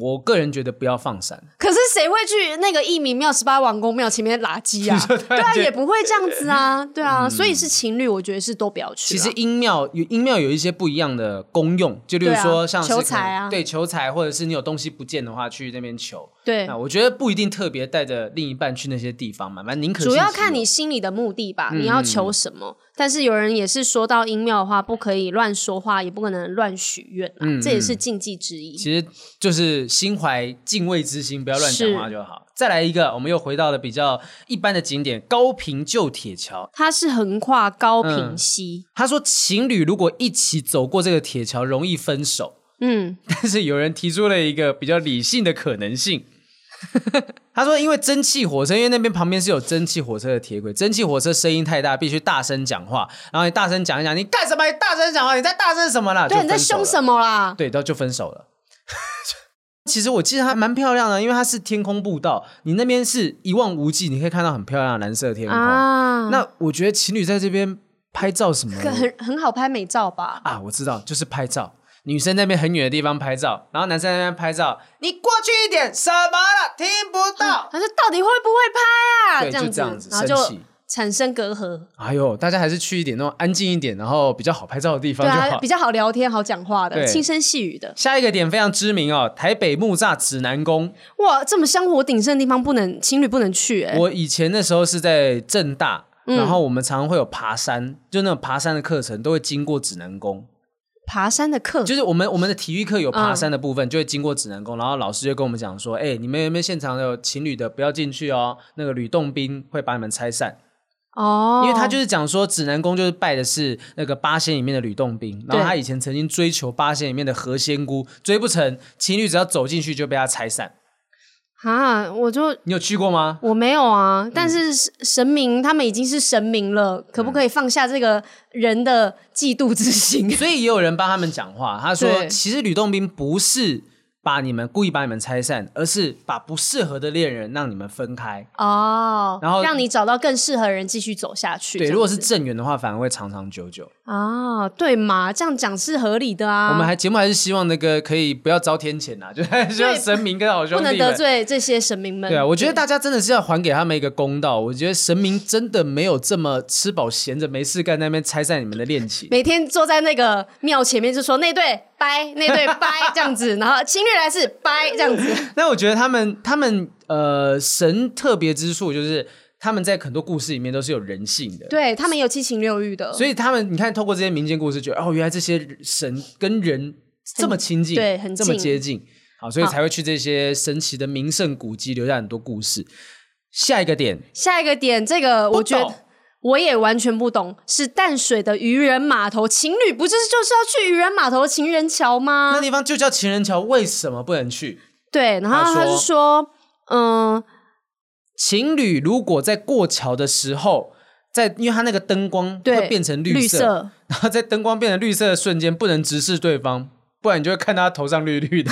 Speaker 2: 我个人觉得不要放闪，
Speaker 1: 可是谁会去那个一民庙、十八王公庙前面拉鸡
Speaker 2: [laughs]
Speaker 1: 啊？对啊，也不会这样子啊，对啊，所以是情侣，我觉得是都不要去
Speaker 2: 嗯其
Speaker 1: 啊。
Speaker 2: 实音庙有音庙有一些不一样的功用，就例如
Speaker 1: 对啊
Speaker 2: 说像是
Speaker 1: 求
Speaker 2: 可能
Speaker 1: 财啊
Speaker 2: 对求财，或者是你有东西不见的话，去那边求。
Speaker 1: 对
Speaker 2: 啊，，我觉得不一定特别带着另一半去那些地方嘛，反正宁可
Speaker 1: 主
Speaker 2: 信嗯
Speaker 1: 要
Speaker 2: 其
Speaker 1: 看
Speaker 2: 有
Speaker 1: 你心里的目的吧，你要求什么。但是有人也是说到音庙的话，不可以乱说话，也不可能乱许愿啊，这也是禁忌之一。
Speaker 2: 嗯其实就是心怀敬畏之心，不要乱讲话
Speaker 1: 是
Speaker 2: 就好。再来一个，我们又回到了比较一般的景点——高平旧铁桥。
Speaker 1: 它是横跨高
Speaker 2: 嗯
Speaker 1: 平溪，
Speaker 2: 他说，情侣如果一起走过这个铁桥，容易分手。 [laughs]
Speaker 1: 嗯，
Speaker 2: 但是有人提出了一个比较理性的可能性。 [laughs] 他说：“因为蒸汽火车，因为那边旁边是有蒸汽火车的铁轨，蒸汽火车声音太大，必须大声讲话。然后你大声讲一讲，你干什么？你大声讲话，你在大声什么啦？
Speaker 1: 对，
Speaker 2: 就
Speaker 1: 你在
Speaker 2: 分手
Speaker 1: 凶
Speaker 2: 了
Speaker 1: 什么啦？
Speaker 2: 对，到就分手了。 [laughs] 其实我记得它蛮漂亮的，啊因为它是天空步道，你那边是一望无际，你可以看到很漂亮的蓝色天空。
Speaker 1: 啊，
Speaker 2: 那我觉得情侣在这边拍照什么
Speaker 1: 可 [laughs] 很很好拍美照吧？
Speaker 2: 啊，我知道，就是拍照。女生在那边很远的地方拍照，然后男生在那边拍照，你过去一点，什么了？听不到。
Speaker 1: 他说到底会不会拍啊？
Speaker 2: 对
Speaker 1: 这样
Speaker 2: 就这样子
Speaker 1: 然后
Speaker 2: 生
Speaker 1: 就
Speaker 2: 气
Speaker 1: 产生隔阂，
Speaker 2: 哎呦，大家还是去一点那种安静一点，然后比较好拍照的地方
Speaker 1: 对
Speaker 2: 就好。
Speaker 1: 啊，比较好聊天、好讲话的，
Speaker 2: 对
Speaker 1: 轻声细语的。
Speaker 2: 下一个点非常知名哦，台北木栅指南宫。
Speaker 1: 哇，这么香火鼎盛的地方，不能情侣不能去哎、
Speaker 2: 我以前那时候是在正大，然后我们常常会有爬山，就那种爬山的课程都会经过指南宫，
Speaker 1: 爬山的课
Speaker 2: 就是我们我们的体育课有爬山的部分，就会经过指南宫，然后老师就跟我们讲说，哎、你们有没有现场有情侣的不要进去哦，那个吕洞宾会把你们拆散，
Speaker 1: 哦，
Speaker 2: 因为他就是讲说指南宫就是拜的是那个八仙里面的吕洞宾，然后他以前曾经追求八仙里面的何仙姑，追不成，情侣只要走进去就被他拆散，
Speaker 1: 啊，我就
Speaker 2: 你有去过吗？
Speaker 1: 我没有啊，
Speaker 2: 嗯
Speaker 1: 但是神神明他们已经是神明了，可不可以放下这个人的嫉妒之心？ [laughs]
Speaker 2: 所以也有人帮他们讲话，他说
Speaker 1: 对
Speaker 2: 其实吕洞宾不是把你们故意把你们拆散，而是把不适合的恋人让你们分开。
Speaker 1: 哦，
Speaker 2: 然后
Speaker 1: 让你找到更适合的人继续走下去。
Speaker 2: 对，
Speaker 1: 这样
Speaker 2: 如果是
Speaker 1: 子
Speaker 2: 正缘的话，反而会长长久久。
Speaker 1: 啊，对嘛，这样讲是合理的啊。
Speaker 2: 我们还节目还是希望那个可以不要遭天谴啊，就 [laughs] 还是希望神明跟好兄
Speaker 1: 不
Speaker 2: 弟
Speaker 1: 能得
Speaker 2: 们。
Speaker 1: 罪这些神明们。
Speaker 2: 对啊，我觉得大家真的是要还给他们一个公道。我觉得神明真的没有这么吃饱闲着没事干在那边拆散你们的恋情。
Speaker 1: 每天坐在那个庙前面就说那对掰，那对掰这样子，然后情侣来是掰这样
Speaker 2: [laughs]
Speaker 1: 子。
Speaker 2: 那我觉得他们他们呃神特别之处就是他们在很多故事里面都是有人性的。
Speaker 1: 对他们有七情六欲的，
Speaker 2: 所以他们，你看，透过这些民间故事，觉得哦，原来这些神跟人这么亲近，
Speaker 1: 对很
Speaker 2: 这么
Speaker 1: 近
Speaker 2: 接近，好，所以
Speaker 1: 好
Speaker 2: 才会去这些神奇的名胜古迹，留下很多故事。下一个点，
Speaker 1: 下一个点，这个我觉
Speaker 2: 不
Speaker 1: 得
Speaker 2: 懂
Speaker 1: 我也完全不懂，是淡水的渔人码头，情侣不就是就是要去渔人码头情人桥
Speaker 2: 那
Speaker 1: 吗？
Speaker 2: 地方就叫情人桥，为什么不能去？
Speaker 1: 对，然后
Speaker 2: 他
Speaker 1: 他
Speaker 2: 说
Speaker 1: 就说，嗯、
Speaker 2: 情侣如果在过桥的时候，在因为它那个灯光会
Speaker 1: 对，
Speaker 2: 变成
Speaker 1: 绿
Speaker 2: 色，然后在灯光变成绿色的瞬间，不能直视对方，不然你就会看到他头上绿
Speaker 1: [laughs]
Speaker 2: 绿的。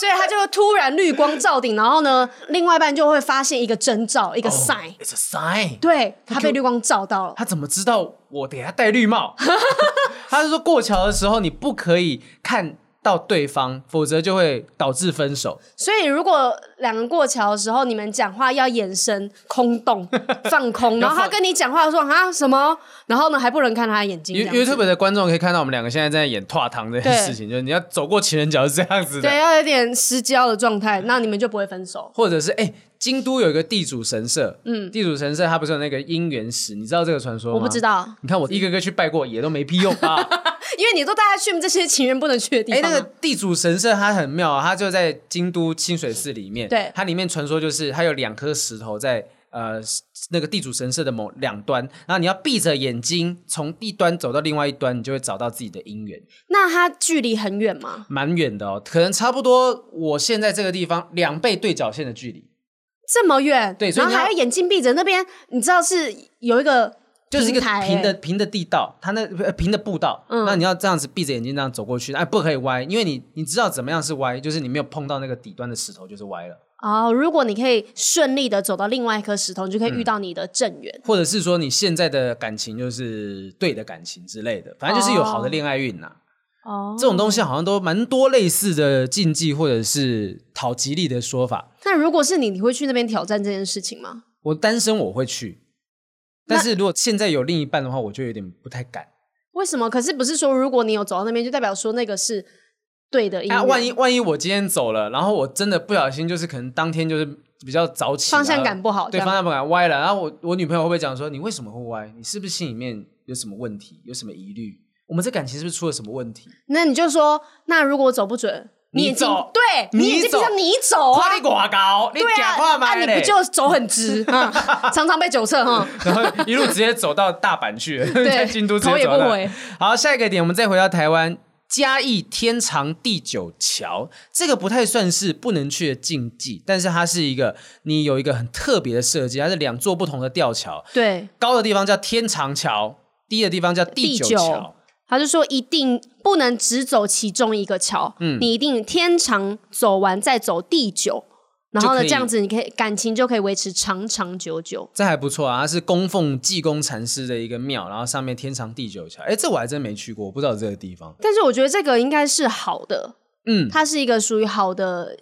Speaker 1: 所以他就突然绿光照顶，然后呢，另外一半就会发现一个征兆，一
Speaker 2: 哦
Speaker 1: 个 sign，、
Speaker 2: Oh, It's a sign。
Speaker 1: 对他被绿光照到了。
Speaker 2: 他怎么知道我等下戴绿帽？ [laughs] 他是说过桥的时候你不可以看到对方，否则就会导致分手。
Speaker 1: 所以，如果两人过桥的时候，你们讲话要眼神空
Speaker 2: [laughs]
Speaker 1: 洞、放空，然后他
Speaker 2: 放
Speaker 1: 跟你讲话说啊什么，然后呢还不能看他的眼睛这
Speaker 2: You
Speaker 1: 样子，
Speaker 2: YouTube 的观众可以看到我们两个现在在演跨堂这件
Speaker 1: 对
Speaker 2: 事情，就是你要走过情人桥是这样子
Speaker 1: 对，
Speaker 2: 的，
Speaker 1: 要有点失焦的状态，那你们就不会分手。
Speaker 2: 或者是哎、京都有一个地主神社，嗯，地主神社它不是有那个姻缘石？你知道这个传说吗？
Speaker 1: 我不知。道，
Speaker 2: 你看我一个个去拜过，也都没屁用啊！
Speaker 1: 因为你都带他去这些情人不能去的地
Speaker 2: 哎、
Speaker 1: 方啊、
Speaker 2: 那个地主神社它很妙啊，它就在京都清水寺里面。
Speaker 1: 对
Speaker 2: 它里面传说就是它有两颗石头在呃那个地主神社的某两端，然后你要闭着眼睛从一端走到另外一端，你就会找到自己的姻缘，
Speaker 1: 那他距离很远吗？
Speaker 2: 蛮远的哦，可能差不多我现在这个地方两倍对角线的距离。
Speaker 1: 这么远，
Speaker 2: 对所以
Speaker 1: 然后
Speaker 2: 你要
Speaker 1: 还要眼睛闭着，那边你知道是有一个
Speaker 2: 就是一
Speaker 1: 平
Speaker 2: 个
Speaker 1: 台
Speaker 2: 平的
Speaker 1: 欸
Speaker 2: 平的地道，它那呃平的步道，
Speaker 1: 嗯
Speaker 2: 那你要这样子闭着眼睛这样走过去，哎，不可以歪，因为你你知道怎么样是歪，就是你没有碰到那个底端的石头就是歪了，
Speaker 1: 哦，如果你可以顺利的走到另外一颗石头，你就可以
Speaker 2: 嗯
Speaker 1: 遇到你的正缘。
Speaker 2: 或者是说你现在的感情就是对的感情之类的，反正就是有好的恋爱运呐、
Speaker 1: 哦，
Speaker 2: 这种东西好像都蛮多类似的禁忌或者是讨吉利的说法。
Speaker 1: 那如果是你，你会去那边挑战这件事情吗？
Speaker 2: 我单身我会去，但是如果现在有另一半的话，我就有点不太敢。
Speaker 1: 为什么？可是不是说如果你有走到那边，就代表说那个是对的姻缘、
Speaker 2: 啊，万一万一我今天走了，然后我真的不小心就是可能当天就是比较早起啊，
Speaker 1: 方向感不好，
Speaker 2: 对
Speaker 1: 这样
Speaker 2: 方向不敢歪了，然后我我女朋友会不会讲说你为什么会歪？你是不是心里面有什么问题？有什么疑虑？我们这感情是不是出了什么问题？
Speaker 1: 那你就说，那如果我走不准，
Speaker 2: 你
Speaker 1: 眼睛
Speaker 2: 走
Speaker 1: 对，
Speaker 2: 你
Speaker 1: 你眼睛
Speaker 2: 走
Speaker 1: 闭上，你走啊，
Speaker 2: 夸你寡高，你
Speaker 1: 对
Speaker 2: 假话
Speaker 1: 啊，
Speaker 2: 嘛
Speaker 1: 啊你
Speaker 2: 嘞
Speaker 1: 不就走很
Speaker 2: [laughs]
Speaker 1: 直，嗯常常被酒测哈，
Speaker 2: 然后 [laughs] 一路直接走到大阪去，在
Speaker 1: [laughs] 对，
Speaker 2: 京都直
Speaker 1: 头
Speaker 2: 接
Speaker 1: 也
Speaker 2: 走
Speaker 1: 不
Speaker 2: 到大阪
Speaker 1: 回。
Speaker 2: 好，下一个点，我们再回到台湾，嘉义天长地久桥，这个不太算是不能去的禁忌，但是它是一个你有一个很特别的设计，它是两座不同的吊桥，
Speaker 1: 对，
Speaker 2: 高的地方叫天长桥，低的地方叫地久
Speaker 1: 地久
Speaker 2: 桥。
Speaker 1: 他就说一定不能只走其中一个桥，
Speaker 2: 嗯
Speaker 1: 你一定天长走完再走地久，然后
Speaker 2: 就
Speaker 1: 呢，
Speaker 2: 可以
Speaker 1: 这样子你可以感情就可以维持长长久久。
Speaker 2: 这还不错啊，它是供奉济公禅师的一个庙，然后上面天长地久桥。哎，这我还真没去过，我不知道有这个地方。
Speaker 1: 但是我觉得这个应该是好的，
Speaker 2: 嗯，
Speaker 1: 它是一个属于好的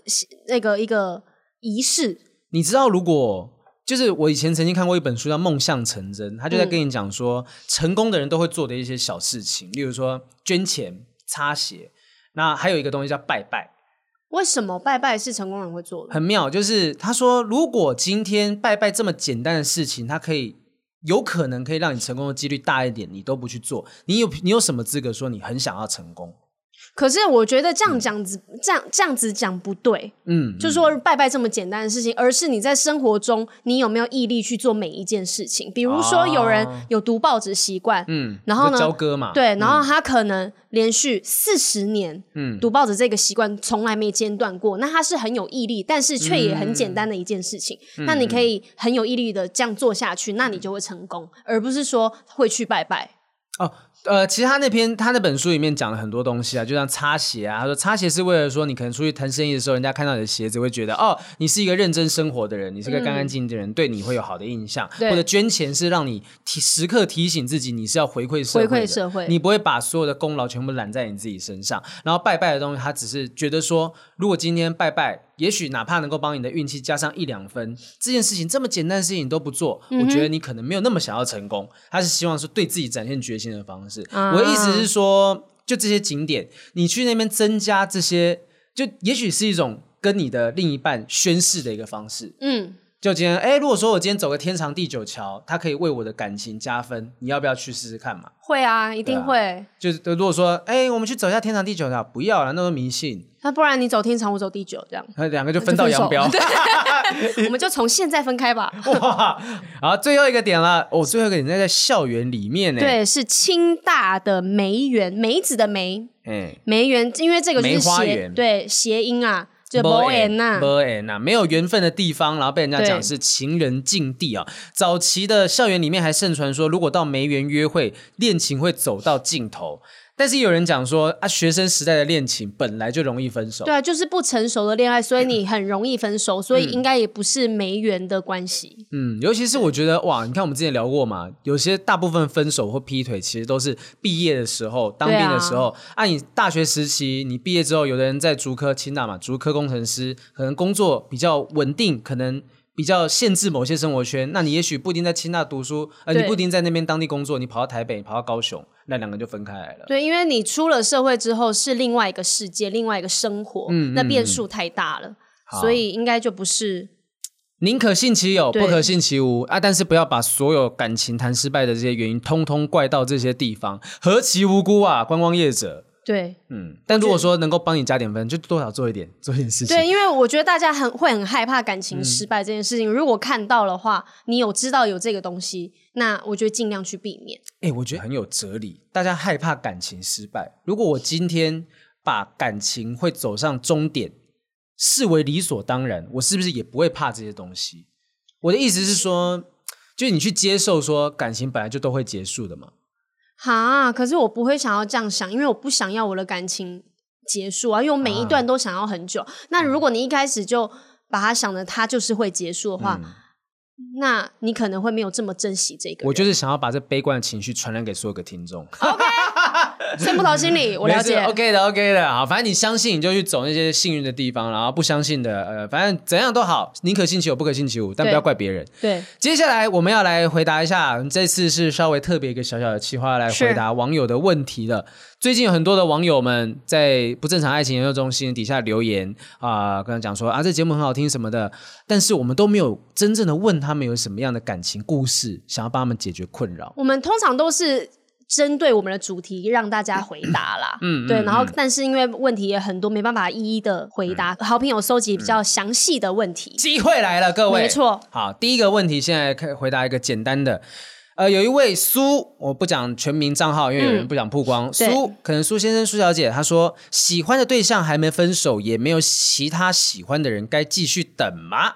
Speaker 1: 那个一个仪式，
Speaker 2: 你知道，如果就是我以前曾经看过一本书叫《梦想成真》，他就
Speaker 1: 嗯
Speaker 2: 在跟你讲说，成功的人都会做的一些小事情，例如说捐钱、擦鞋。那还有一个东西叫拜拜，
Speaker 1: 为什么拜拜是成功人会做的？
Speaker 2: 很妙。就是他说，如果今天拜拜这么简单的事情，它可以有可能可以让你成功的几率大一点，你都不去做，你有你有什么资格说你很想要成功？
Speaker 1: 可是我觉得这样讲子、这样这样子讲不对，
Speaker 2: 嗯，
Speaker 1: 就说拜拜这么简单的事情，而是你在生活中你有没有毅力去做每一件事情。比如说有人
Speaker 2: 哦
Speaker 1: 有读报纸习惯，
Speaker 2: 嗯，
Speaker 1: 然后呢
Speaker 2: 交割嘛，
Speaker 1: 对，然后他可能连续四十年
Speaker 2: 嗯，
Speaker 1: 读报纸这个习惯从来没间断过，那他是很有毅力，但是却也很简单的一件事情。
Speaker 2: 嗯
Speaker 1: 那你可以很有毅力的这样做下去，那你就会成功，而不是说会去拜拜。
Speaker 2: 哦，呃，其实他那篇他那本书里面讲了很多东西啊，就像擦鞋啊，他说擦鞋是为了说你可能出去谈生意的时候，人家看到你的鞋子会觉得哦，你是一个认真生活的人，你是个干干净净的人，对你会有好的印象。
Speaker 1: 嗯对
Speaker 2: 或者捐钱是让你提时刻提醒自己你是要回馈社会的，
Speaker 1: 回馈社会
Speaker 2: 你不会把所有的功劳全部揽在你自己身上。然后拜拜的东西，他只是觉得说，如果今天拜拜，也许哪怕能够帮你的运气加上一两分，这件事情这么简单的事情你都不做，我觉得你可能没有那么想要成功。他是希望说对自己展现决心的方式。
Speaker 1: 啊
Speaker 2: 我的意思是说，就这些景点，你去那边增加这些，就也许是一种跟你的另一半宣誓的一个方式。
Speaker 1: 嗯，
Speaker 2: 就今天，哎，如果说我今天走个天长地久桥，它可以为我的感情加分，你要不要去试试看嘛？
Speaker 1: 会啊，一
Speaker 2: 对
Speaker 1: 定
Speaker 2: 啊
Speaker 1: 会。
Speaker 2: 就是如果说，哎、我们去走一下天长地久的，不要了，那都迷信，
Speaker 1: 那不然你走天长，我走地久，这样
Speaker 2: 那两个就分道扬镳。 [laughs]
Speaker 1: 我们就从现在分开吧。
Speaker 2: 哇，好，最后一个点了，哦，最后一个点在在校园里面呢。，
Speaker 1: 对，是清大的梅园，梅子的梅，
Speaker 2: 哎、
Speaker 1: 梅园，因为这个就
Speaker 2: 梅
Speaker 1: 是
Speaker 2: 花
Speaker 1: 谐
Speaker 2: 园
Speaker 1: 对谐音啊，就博园呐。
Speaker 2: b o 呐，啊没有缘分的地方，然后被人家讲是情人禁地啊。早期的校园里面还盛传说，如果到梅园约会，恋情会走到尽头。但是有人讲说啊，学生时代的恋情本来就容易分手
Speaker 1: 对，啊，就是不成熟的恋爱，所以你很容易分手，所以应该也不是没缘的关系。
Speaker 2: 嗯，尤其是我觉得哇，你看我们之前聊过嘛，有些大部分分手或劈腿，其实都是毕业的时候、当兵
Speaker 1: 啊
Speaker 2: 的时候。按、你大学时期，你毕业之后，有的人在竹科清大嘛，竹科工程师，可能工作比较稳定，可能比较限制某些生活圈。那你也许不一定在清大读书，呃，你
Speaker 1: 对
Speaker 2: 不一定在那边当地工作，你跑到台北，你跑到高雄，那两个人就分开来了。
Speaker 1: 对，因为你出了社会之后是另外一个世界，另外一个生活，
Speaker 2: 嗯
Speaker 1: 那变数太大了，所以应该就不是。
Speaker 2: 宁可信其有，
Speaker 1: 对
Speaker 2: 不可信其无啊！但是不要把所有感情谈失败的这些原因，通通怪到这些地方，何其无辜啊！观光业者。
Speaker 1: 对
Speaker 2: 嗯，但如果说能够帮你加点分，就多少做一点，做一点事情。
Speaker 1: 对，因为我觉得大家很会很害怕感情
Speaker 2: 嗯
Speaker 1: 失败这件事情。如果看到的话，你有知道有这个东西，那我觉得尽量去避免。
Speaker 2: 哎、我觉得很有哲理。大家害怕感情失败，如果我今天把感情会走上终点视为理所当然，我是不是也不会怕这些东西？我的意思是说，就你去接受说感情本来就都会结束的嘛。
Speaker 1: 哈，可是我不会想要这样想，因为我不想要我的感情结束啊，因为我每一段都想要很久。那
Speaker 2: 嗯
Speaker 1: 如果你一开始就把它想的它就是会结束的话，
Speaker 2: 嗯
Speaker 1: 那你可能会没有这么珍惜这个人。
Speaker 2: 我就是想要把这悲观的情绪传染给所有的听众。
Speaker 1: 先不讨心
Speaker 2: [laughs]
Speaker 1: 理， [laughs] 我
Speaker 2: 没
Speaker 1: 了
Speaker 2: 事
Speaker 1: 解。
Speaker 2: OK 的，OK 的，好，反正你相信你就去走那些幸运的地方，然后不相信的，呃，反正怎样都好，宁可信其有，不可信其无，但
Speaker 1: 对
Speaker 2: 不要怪别人。
Speaker 1: 对，
Speaker 2: 接下来我们要来回答一下，我们这次是稍微特别一个小小的企划来
Speaker 1: 是
Speaker 2: 回答网友的问题了。最近有很多的网友们在不正常爱情研究中心底下留言啊、跟他讲说啊，这节目很好听什么的，但是我们都没有真正的问他们有什么样的感情故事，想要帮他们解决困扰。
Speaker 1: 我们通常都是针对我们的主题让大家回答啦。嗯，嗯对。然后，但是因为问题也很多，没办法一一的回答。好评有收集比较详细的问题。
Speaker 2: 机会来了，各位，
Speaker 1: 没错。
Speaker 2: 好，第一个问题，现在可以回答一个简单的。呃，有一位苏，我不讲全名账号，因为有人不想曝光。
Speaker 1: 嗯对
Speaker 2: 苏可能苏先生、苏小姐，他说喜欢的对象还没分手，也没有其他喜欢的人，该继续等吗？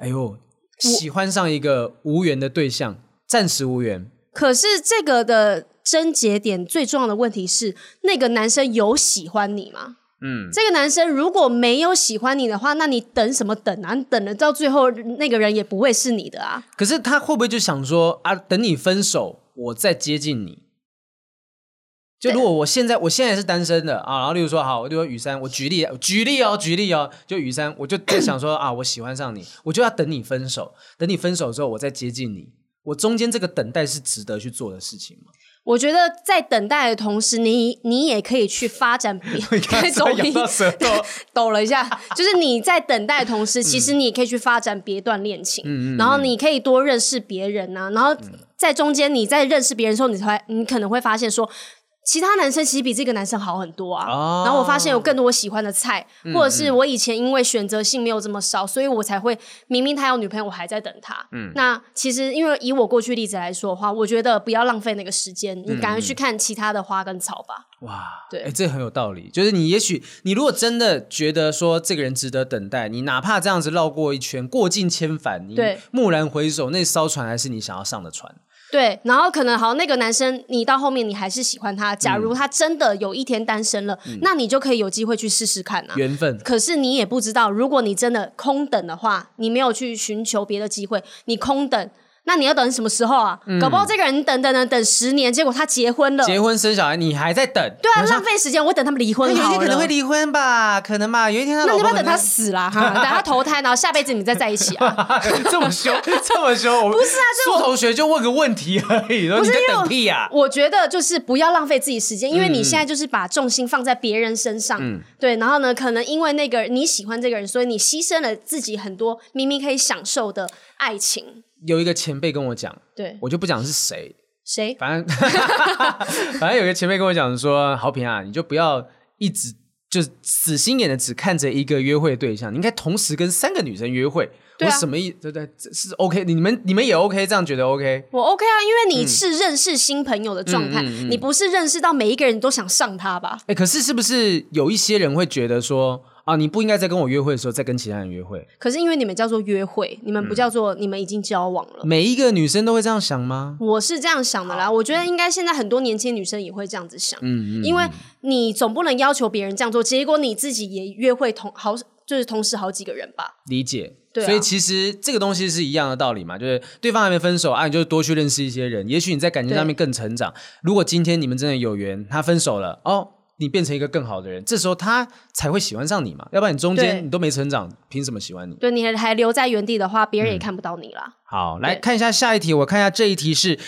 Speaker 2: 哎呦，喜欢上一个无缘的对象，暂时无缘，
Speaker 1: 可是这个的症结点最重要的问题是，那个男生有喜欢你吗？
Speaker 2: 嗯，
Speaker 1: 这个男生如果没有喜欢你的话，那你等什么等啊？你等了到最后，那个人也不会是你的啊。
Speaker 2: 可是他会不会就想说啊，等你分手，我再接近你？就如果我现在我现在是单身的啊，然后例如说好，我就说雨珊，我举例举例哦，举例哦，就雨珊，我就在想
Speaker 1: [coughs]
Speaker 2: 说啊，我喜欢上你，我就要等你分手，等你分手之后我再接近你，我中间这个等待是值得去做的事情吗？
Speaker 1: 我觉得在等待的同时，你你也可以去发展
Speaker 2: [laughs]
Speaker 1: 别
Speaker 2: 刚才咬到舌头
Speaker 1: [laughs] 抖了一下，就是你在等待的同时，其
Speaker 2: 嗯
Speaker 1: 实你也可以去发展别段恋情，然后你可以多认识别人啊，然后
Speaker 2: 嗯
Speaker 1: 在中间你在认识别人的时候，你才你可能会发现说。其他男生其实比这个男生好很多啊，
Speaker 2: 哦
Speaker 1: 然后我发现有更多我喜欢的菜，或者是我以前因为选择性没有这么少，所以我才会明明他有女朋友，我还在等他。嗯，那其实因为以我过去例子来说的话，我觉得不要浪费那个时间，你赶快去看其他的花跟草吧。
Speaker 2: 哇，
Speaker 1: 对
Speaker 2: 哎，这很有道理。就是你也许你如果真的觉得说这个人值得等待，你哪怕这样子绕过一圈，过尽千帆，你
Speaker 1: 对
Speaker 2: 蓦然回首，那艘船还是你想要上的船。
Speaker 1: 对，然后可能好，那个男生你到后面你还是喜欢他，假如他真的有一天单身了，那你就可以有机会去试试看啊。
Speaker 2: [laughs] 缘分。
Speaker 1: 可是你也不知道，如果你真的空等的话，你没有去寻求别的机会，你空等，那你要等什么时候啊？搞不好这个人等等等等十年，结果他结婚了，
Speaker 2: 嗯结婚生小孩，你还在等？
Speaker 1: 对啊，浪费时间，我等他们离
Speaker 2: 他
Speaker 1: 婚
Speaker 2: 有一
Speaker 1: 好
Speaker 2: 天
Speaker 1: 了。
Speaker 2: 可能会离啊婚吧，可能吧。有一天他
Speaker 1: 那
Speaker 2: 老
Speaker 1: 你要
Speaker 2: 婆
Speaker 1: 不要等
Speaker 2: 可能
Speaker 1: 他死啦？哈，等他投胎，然后下辈子你们再在一起
Speaker 2: [laughs]
Speaker 1: 啊？
Speaker 2: 这么凶，这么凶？不是啊，苏同学就问个问题而已，说你在等屁啊呀、
Speaker 1: 我觉得就是不要浪费自己时间，因为你现在就是把重心放在别人身上，
Speaker 2: 嗯
Speaker 1: 对，然后呢，可能因为那个你喜欢这个人，所以你牺牲了自己很多明明可以享受的爱情，
Speaker 2: 有一个前辈跟我讲，
Speaker 1: 对，
Speaker 2: 我就不讲是谁，
Speaker 1: 谁？
Speaker 2: 反正 [laughs] 反正有一个前辈跟我讲说，好平啊，你就不要一直就是死心眼的只看着一个约会对象，你应该同时跟三个女生约会。
Speaker 1: 对啊
Speaker 2: 我什么意？对对，这是 OK，你们你们也 OK，这样觉得 OK？
Speaker 1: 我 OK 啊，因
Speaker 2: 嗯
Speaker 1: 为你是认识新朋友的状态，你不是认识到每一个人你都想上他吧？
Speaker 2: 哎，可是是不是有一些人会觉得说啊，你不应该在跟我约会的时候再跟其他人约会？
Speaker 1: 可是因为你们叫做约会，你们
Speaker 2: 嗯
Speaker 1: 不叫做你们已经交往了。
Speaker 2: 每一个女生都会这样想吗？
Speaker 1: 我是这样想的啦，我觉得应该现在很多年轻女生也会这样子想，
Speaker 2: 嗯嗯，
Speaker 1: 因为你总不能要求别人这样做，结果你自己也约会同好就是同时好几个人吧？
Speaker 2: 理解。
Speaker 1: 对啊
Speaker 2: 所以其实这个东西是一样的道理嘛，就是对方还没分手啊，你就多去认识一些人，也许你在感情上面更成长。如果今天你们真的有缘，他分手了哦，你变成一个更好的人，这时候他才会喜欢上你嘛，要不然你中
Speaker 1: 对
Speaker 2: 间你都没成长，凭什么喜欢你？
Speaker 1: 对，你还还留在原地的话，别
Speaker 2: 嗯
Speaker 1: 人也看不到你啦。
Speaker 2: 好，来
Speaker 1: 对
Speaker 2: 看一下下一题，我看一下这一题是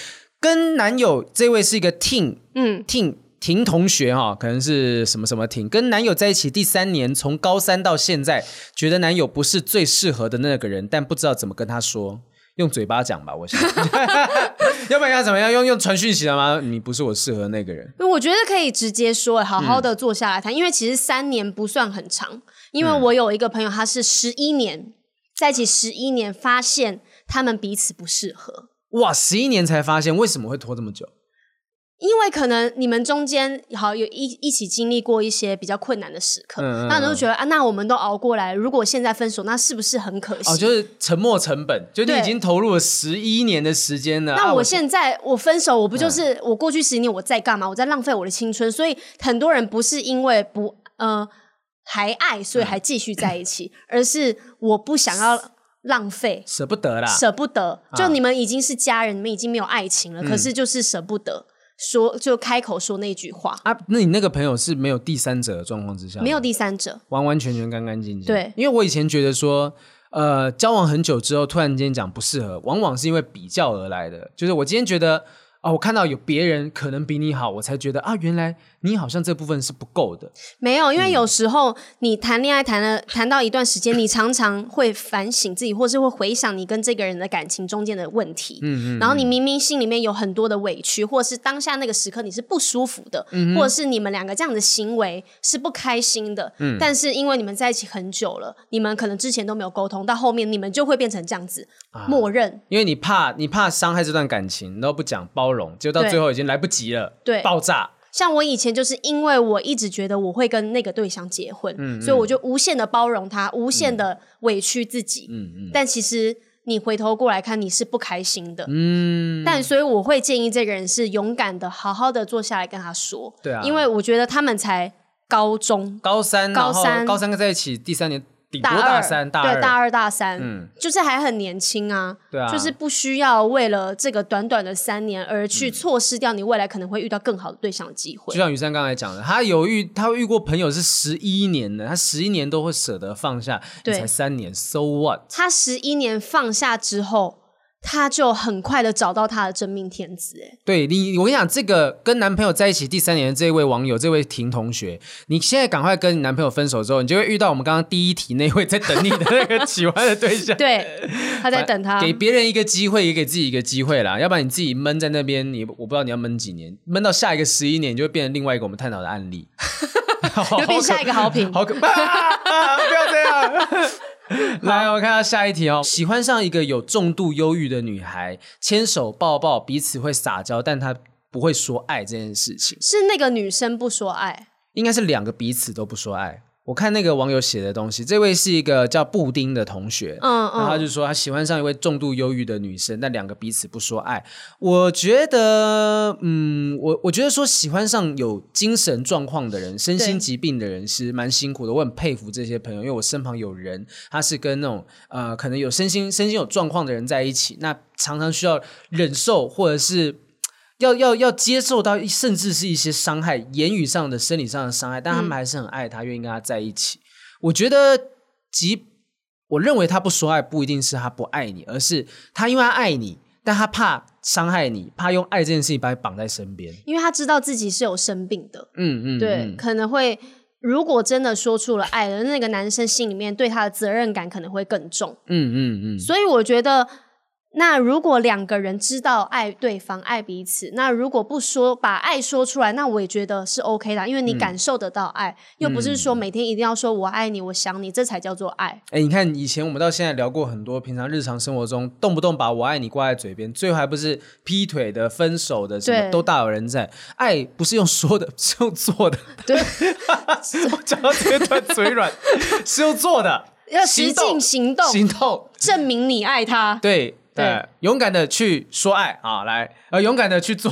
Speaker 2: 跟男友，这位是一个 Ting
Speaker 1: 嗯，
Speaker 2: 婷婷同学哈、可能是什么什么婷，跟男友在一起第三年，从高三到现在，觉得男友不是最适合的那个人，但不知道怎么跟他说，用嘴巴讲吧，
Speaker 1: [laughs]
Speaker 2: 我想， [laughs] 要不然要怎么样？用用传讯息了吗？你不是我适合的那个人，
Speaker 1: 因为我觉得可以直接说，好
Speaker 2: 嗯
Speaker 1: 好的坐下来谈，因为其实三年不算很长，因
Speaker 2: 嗯
Speaker 1: 为我有一个朋友，他是十一年在一起十一年，发现他们彼此不适合，
Speaker 2: 哇，十一年才发现，为什么会拖这么久？
Speaker 1: 因为可能你们中间好有一一起经历过一些比较困难的时刻，
Speaker 2: 嗯嗯嗯
Speaker 1: 那你就觉得啊，那我们都熬过来，如果现在分手，那是不是很可惜？
Speaker 2: 哦，就是沉没成本，就你
Speaker 1: 对
Speaker 2: 已经投入了十一年的时间了。
Speaker 1: 那
Speaker 2: 啊
Speaker 1: 我嗯现在我分手，我不就是我过去十年我在干嘛？我在浪费我的青春。所以很多人不是因为不呃还爱，所以还继续在一起，而是我不想要浪费。
Speaker 2: 舍不得啦，
Speaker 1: 舍不得，就你们已经是家人，你们已经没有爱情了，可是就是舍不得说，就开口说那句话，
Speaker 2: 啊，那你那个朋友是没有第三者的状况之下吗，
Speaker 1: 没有第三者。
Speaker 2: 完完全全干干净净。
Speaker 1: 对
Speaker 2: 因为我以前觉得说，呃，交往很久之后突然间讲不适合，往往是因为比较而来的。就是我今天觉得啊，我看到有别人可能比你好，我才觉得啊，原来你好像这部分是不够的。
Speaker 1: 没有，因为有时候你谈恋爱谈了谈到一段时间，你常常会反省自己，或是会回想你跟这个人的感情中间的问题。嗯嗯然后你明明心里面有很多的委屈，或是当下那个时刻你是不舒服的，或者是你们两个这样的行为是不开心的。嗯。但是因为你们在一起很久了，你们可能之前都没有沟通，到后面你们就会变成这样子，默认
Speaker 2: 因为你怕你怕伤害这段感情，然后不讲包容，结果到
Speaker 1: 对
Speaker 2: 最后已经来不及了，
Speaker 1: 对
Speaker 2: 爆炸。
Speaker 1: 像我以前就是因为我一直觉得我会跟那个对象结婚，
Speaker 2: 嗯
Speaker 1: 所以我就无限的包容他，无限的委屈自己。
Speaker 2: 嗯
Speaker 1: 但其实你回头过来看，你是不开心的。
Speaker 2: 嗯，
Speaker 1: 但所以我会建议这个人是勇敢的，好好的坐下来跟他说。
Speaker 2: 对啊
Speaker 1: 因为我觉得他们才高中
Speaker 2: 高三，然后
Speaker 1: 高三
Speaker 2: 高三跟在一起第三年，顶多大
Speaker 1: 二、
Speaker 2: 三、
Speaker 1: 大
Speaker 2: 大
Speaker 1: 对
Speaker 2: 二，
Speaker 1: 二、大三，
Speaker 2: 嗯
Speaker 1: 就是还很年轻啊。
Speaker 2: 对啊，
Speaker 1: 就是不需要为了这个短短的三年而
Speaker 2: 嗯
Speaker 1: 去错失掉你未来可能会遇到更好的对象的机会
Speaker 2: 就。像雨珊刚才讲的，她有遇，她遇过朋友是十一年的，她十一年都会舍得放下，你
Speaker 1: 对
Speaker 2: 才三年，so what？
Speaker 1: 他十一年放下之后，他就很快的找到他的真命天子。哎，
Speaker 2: 对你，我跟你讲，这个跟男朋友在一起第三年的这位网友，这位婷同学，你现在赶快跟你男朋友分手之后，你就会遇到我们刚刚第一题那位在等你的那个 [laughs] 喜欢的对象。
Speaker 1: 对，他在等他。
Speaker 2: 给别人一个机会，也给自己一个机会啦，要不然你自己闷在那边，你我不知道你要闷几年，闷到下一个十一年，你就会变成另外一个我们探讨的案
Speaker 1: [laughs]
Speaker 2: 例，
Speaker 1: 就变下一个好评
Speaker 2: 好可 [laughs] 怕、啊！不要这样。 [laughs] 来，我们看到下一题哦。喜欢上一个有重度忧郁的女孩，牵手抱抱，彼此会撒娇，但她不会说爱这件事情，
Speaker 1: 是那个女生不说爱，
Speaker 2: 应该是两个彼此都不说爱。我看那个网友写的东西，这位是一个叫布丁的同学，
Speaker 1: 嗯
Speaker 2: 然后他
Speaker 1: 嗯，
Speaker 2: 就说他喜欢上一位重度忧郁的女生，但两个彼此不说爱。我觉得，嗯，我我觉得说喜欢上有精神状况的人、身心
Speaker 1: 对
Speaker 2: 疾病的人是蛮辛苦的。我很佩服这些朋友，因为我身旁有人他是跟那种呃可能有身心身心有状况的人在一起，那常常需要忍受或者是。要要要接受到一，甚至是一些伤害，言语上的、生理上的伤害，但
Speaker 1: 嗯
Speaker 2: 他们还是很爱他，愿意跟他在一起。我觉得，即我认为他不说爱，不一定是他不爱你，而是他因为他爱你，但他怕伤害你，怕用爱这件事情把你绑在身边。
Speaker 1: 因为他知道自己是有生病的，
Speaker 2: 嗯嗯，
Speaker 1: 对，
Speaker 2: 嗯
Speaker 1: 可能会。如果真的说出了爱了，那个男生心里面对他的责任感可能会更重，
Speaker 2: 嗯嗯嗯，
Speaker 1: 所以我觉得，那如果两个人知道爱对方、爱彼此，那如果不说把爱说出来，那我也觉得是 OK 的，因
Speaker 2: 嗯
Speaker 1: 为你感受得到爱，又不是说每天一定要说我爱你、我想你，这才叫做爱。 [laughs]
Speaker 2: 哎，你看以前我们到现在聊过很多，平常日常生活中动不动把我爱你挂在嘴边，最后还不是劈腿的、分手的，什么
Speaker 1: 对
Speaker 2: 都大有人在。爱不是用说的，是用做的。 [laughs]
Speaker 1: 对，
Speaker 2: 我讲到这段嘴软， [laughs] 是用做的，
Speaker 1: 要实
Speaker 2: 动
Speaker 1: 际行动，
Speaker 2: 行动。
Speaker 1: 证明你爱他。
Speaker 2: 对
Speaker 1: 对
Speaker 2: 呃勇敢的去说爱啊，来，呃，勇敢的去做，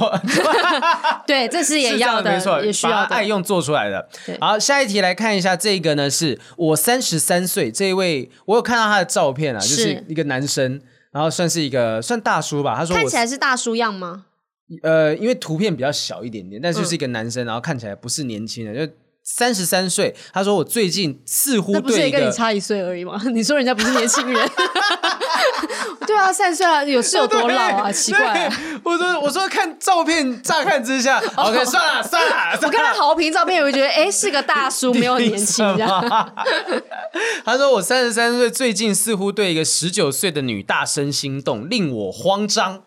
Speaker 2: [laughs]
Speaker 1: 对，这是也
Speaker 2: 是这
Speaker 1: 要
Speaker 2: 样
Speaker 1: 的，
Speaker 2: 没错，
Speaker 1: 也需要
Speaker 2: 把爱
Speaker 1: 的。
Speaker 2: 用做出来的
Speaker 1: 对。
Speaker 2: 好，下一题来看一下这个呢，是我三十三岁这一位，我有看到他的照片啊，就是是一个男生。然后算是一个算大叔吧，他说
Speaker 1: 看
Speaker 2: 我
Speaker 1: 起来是大叔样吗？
Speaker 2: 呃，因为图片比较小一点点，但
Speaker 1: 嗯
Speaker 2: 是就是一个男生，然后看起来不是年轻人，就三十三岁。他说我最近似乎
Speaker 1: 那不是
Speaker 2: 对
Speaker 1: 也
Speaker 2: 一
Speaker 1: 跟你
Speaker 2: 个
Speaker 1: 差一岁而已吗？ [laughs] 你说人家不是年轻人？ [laughs] 对啊，三十岁啊，有是有多老啊？
Speaker 2: [laughs] 对
Speaker 1: 奇怪啊、
Speaker 2: 对我说我说看照片，乍看
Speaker 1: [laughs]
Speaker 2: 之下，OK，算了算了。
Speaker 1: 我看他好评照片，我就觉得哎、诶是个大叔，没有很年轻
Speaker 2: [laughs]
Speaker 1: 这样。
Speaker 2: 他说我三十三岁，最近似乎对一个十九岁的女大生心动，令我慌张。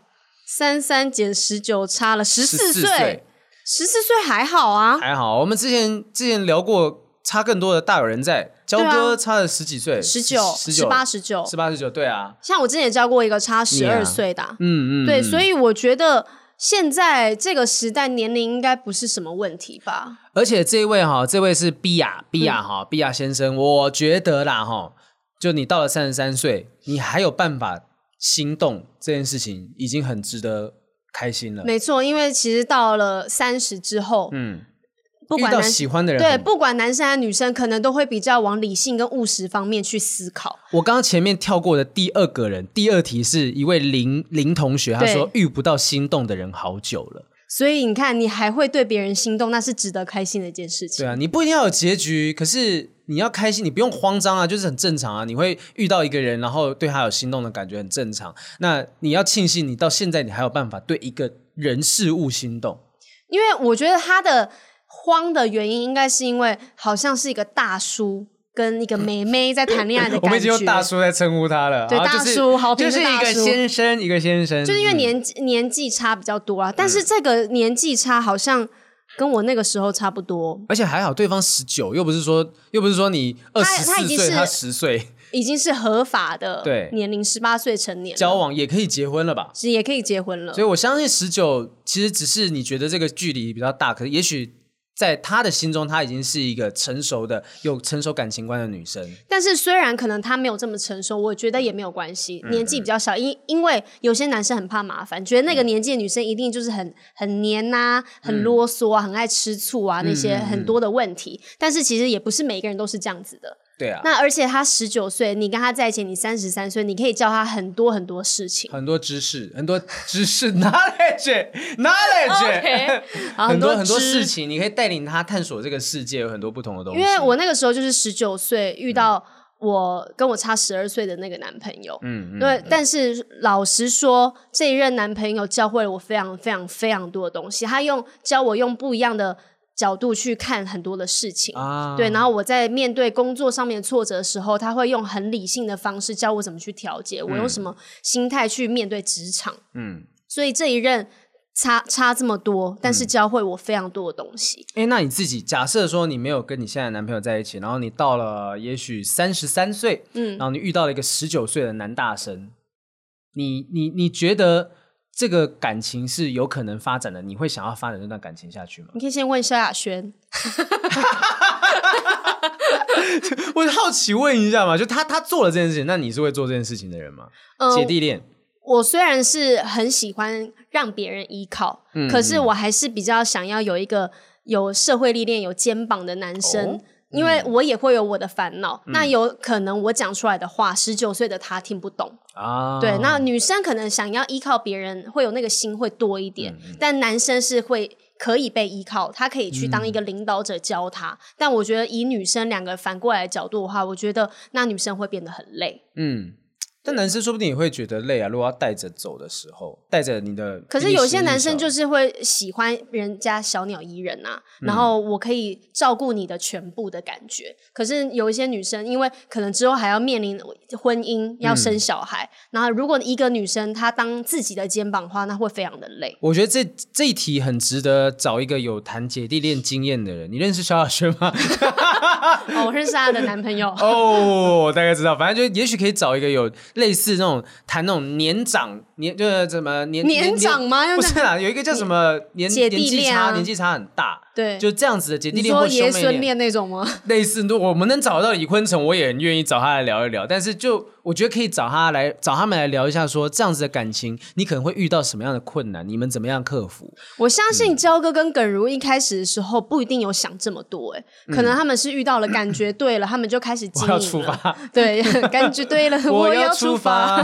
Speaker 1: 三三减十九差了十四
Speaker 2: 14
Speaker 1: 岁，，十四岁还好啊。
Speaker 2: 还好，我们之前之前聊过。差更多的大有人在，焦哥
Speaker 1: 对啊
Speaker 2: 差了十几岁，
Speaker 1: 十九、
Speaker 2: 十
Speaker 1: 十
Speaker 2: 九、
Speaker 1: 八、十九，
Speaker 2: 十八、十九，对啊，
Speaker 1: 像我之前也教过一个差
Speaker 2: 你
Speaker 1: 十
Speaker 2: 啊
Speaker 1: 二岁的啊、
Speaker 2: 嗯嗯，
Speaker 1: 对，所
Speaker 2: 以
Speaker 1: 以我觉得现在这个时代年龄应该不是什么问题吧？
Speaker 2: 而且这一位哈，这位是比亚比亚
Speaker 1: 嗯
Speaker 2: 哈比亚先生，我觉得啦哈，就你到了三十三岁，你还有办法心动这件事情，已经很值得开心了。
Speaker 1: 没错，因为其实到了三十之后，
Speaker 2: 嗯，
Speaker 1: 不
Speaker 2: 遇
Speaker 1: 管
Speaker 2: 到
Speaker 1: 男
Speaker 2: 喜欢的人
Speaker 1: 对，
Speaker 2: 很，
Speaker 1: 不管男生还是女生，可能都会比较往理性跟务实方面去思考。
Speaker 2: 我刚刚前面跳过的第二个人，第二题是一位林林同学，他
Speaker 1: 对
Speaker 2: 说遇不到心动的人好久了。
Speaker 1: 所以你看，你还会对别人心动，那是值得开心的一件事情。
Speaker 2: 对啊，你不一定要有结局，可是你要开心，你不用慌张啊，就是很正常啊。你会遇到一个人，然后对他有心动的感觉，很正常。那你要庆幸你到现在你还有办法对一个人事物心动。
Speaker 1: 因为我觉得他的慌的原因，应该是因为好像是一个大叔跟一个妹妹在谈恋爱的
Speaker 2: 我
Speaker 1: 感觉。
Speaker 2: 们已经用大叔在称呼他了，
Speaker 1: 对
Speaker 2: 然后
Speaker 1: 大
Speaker 2: 就是
Speaker 1: 叔好评
Speaker 2: 就是是一
Speaker 1: 大
Speaker 2: 个
Speaker 1: 叔
Speaker 2: 先生，一个先生，
Speaker 1: 就是因为
Speaker 2: 嗯
Speaker 1: 年纪、年纪差比较多啊，但是这个年纪差好像跟我那个时候差不多，
Speaker 2: 而且还好，对方十九，又不是说，又不是说你二十
Speaker 1: 他已
Speaker 2: 四
Speaker 1: 经
Speaker 2: 岁，
Speaker 1: 是
Speaker 2: 他十岁
Speaker 1: 已经是合法的
Speaker 2: 对
Speaker 1: 年龄，十八岁成年了
Speaker 2: 交往也可以结婚了吧？
Speaker 1: 是也可以结婚了
Speaker 2: 所。以我相信十九其实只是你觉得这个距离比较大，可是也许在他的心中，她已经是一个成熟的、有成熟感情观的女生。
Speaker 1: 但是虽然可能他没有这么成熟，我觉得也没有关系，
Speaker 2: 嗯
Speaker 1: 年纪比较小，因因为有些男生很怕麻烦，觉得那
Speaker 2: 嗯
Speaker 1: 个年纪的女生一定就是很很黏呐、很啰嗦啊，很爱吃醋啊，
Speaker 2: 嗯
Speaker 1: 那些很多的问题。但是其实也不是每个人都是这样子的。
Speaker 2: 对啊，
Speaker 1: 那而且他十九岁，你跟他在一起，你三十三岁，你可以教他很多很多事
Speaker 2: [laughs]
Speaker 1: 情。
Speaker 2: 很多知识，很多知识 knowledge knowledge，
Speaker 1: [laughs] OK，好
Speaker 2: [laughs] 很
Speaker 1: 多
Speaker 2: 很多
Speaker 1: 知
Speaker 2: 事情，你可以带领他探索这个世界，有很多不同的东西。嗯
Speaker 1: 因为我那个时候就是十九岁遇到我跟我差十二岁的那个男朋友，
Speaker 2: 嗯，嗯
Speaker 1: 对，但是老实说，这一任男朋友教会了我非常非常非常多的东西，他用教我用不一样的角度去看很多的事情。
Speaker 2: 啊，
Speaker 1: 对，然后我在面对工作上面的挫折的时候，他会用很理性的方式教我怎么去调节，我用什么心态去面对职场。
Speaker 2: 嗯，
Speaker 1: 所以这一任差差这么多，但是教会我非常多的东西。
Speaker 2: 哎，那你自己假设说你没有跟你现在的男朋友在一起，然后你到了也许三十三岁，
Speaker 1: 嗯
Speaker 2: 然后你遇到了一个十九岁的男大生，你你你觉得这个感情是有可能发展的？你会想要发展这段感情下去吗？
Speaker 1: 你可以先问萧亚轩，
Speaker 2: [laughs] 我好奇问一下嘛，就他他做了这件事情，那你是会做这件事情的人吗？
Speaker 1: 嗯
Speaker 2: 姐弟恋，
Speaker 1: 我虽然是很喜欢让别人依靠，
Speaker 2: 嗯
Speaker 1: 可是我还是比较想要有一个有社会历练、有肩膀的男生。
Speaker 2: 哦嗯
Speaker 1: 因为我也会有我的烦恼，那有可能我讲出来的话，十九岁的他听不懂。
Speaker 2: 啊，
Speaker 1: 对，那女生可能想要依靠别人，会有那个心会多一点，
Speaker 2: 嗯
Speaker 1: 但男生是会可以被依靠，他可以去
Speaker 2: 嗯
Speaker 1: 当一个领导者教他。但我觉得以女生两个反过来的角度的话，我觉得那女生会变得很累。
Speaker 2: 嗯。但男生说不定也会觉得累啊，如果要带着走的时候，带着你的，啊
Speaker 1: 可是有些男生就是是会喜欢人家小鸟依人啊，
Speaker 2: 嗯
Speaker 1: 然后我可以照顾你的全部的感觉。可是有一些女生，因为可能之后还要面临婚姻，要
Speaker 2: 嗯
Speaker 1: 生小孩，然后如果一个女生她当自己的肩膀的话，那会非常的累。
Speaker 2: 我觉得这这一题很值得找一个有谈姐弟恋经验的人。你认识萧亚轩吗？。
Speaker 1: 哦，我认识她的男朋友
Speaker 2: [laughs] 哦，我大概知道，反正就也许可以找一个有类似那种谈那种年长年就是怎么年
Speaker 1: 年长吗
Speaker 2: 年
Speaker 1: 要
Speaker 2: 不
Speaker 1: 这样
Speaker 2: 是啦，有一个叫什么年
Speaker 1: 姐
Speaker 2: 年
Speaker 1: 弟
Speaker 2: 纪
Speaker 1: 恋
Speaker 2: 差
Speaker 1: 啊
Speaker 2: 年纪差很大，
Speaker 1: 对，
Speaker 2: 就这样子的姐弟
Speaker 1: 你
Speaker 2: 恋或
Speaker 1: 说
Speaker 2: 兄
Speaker 1: 爷
Speaker 2: 妹
Speaker 1: 孙恋那种吗？ [laughs]
Speaker 2: 类似。如果我们能找到李坤城，我也很愿意找他来聊一聊。但是就我觉得可以找他来找他们来聊一下说这样子的感情，你可能会遇到什么样的困难，你们怎么样克服？
Speaker 1: 我相
Speaker 2: 嗯
Speaker 1: 信焦哥跟耿如一开始的时候不一定有想这么多、欸，可能他们是遇到了感觉对了，他们就开始经
Speaker 2: 嗯我
Speaker 1: 营了。
Speaker 2: 要出发。
Speaker 1: 对， [laughs] 感觉
Speaker 2: [laughs]
Speaker 1: 对了，我
Speaker 2: 要
Speaker 1: 出
Speaker 2: 发。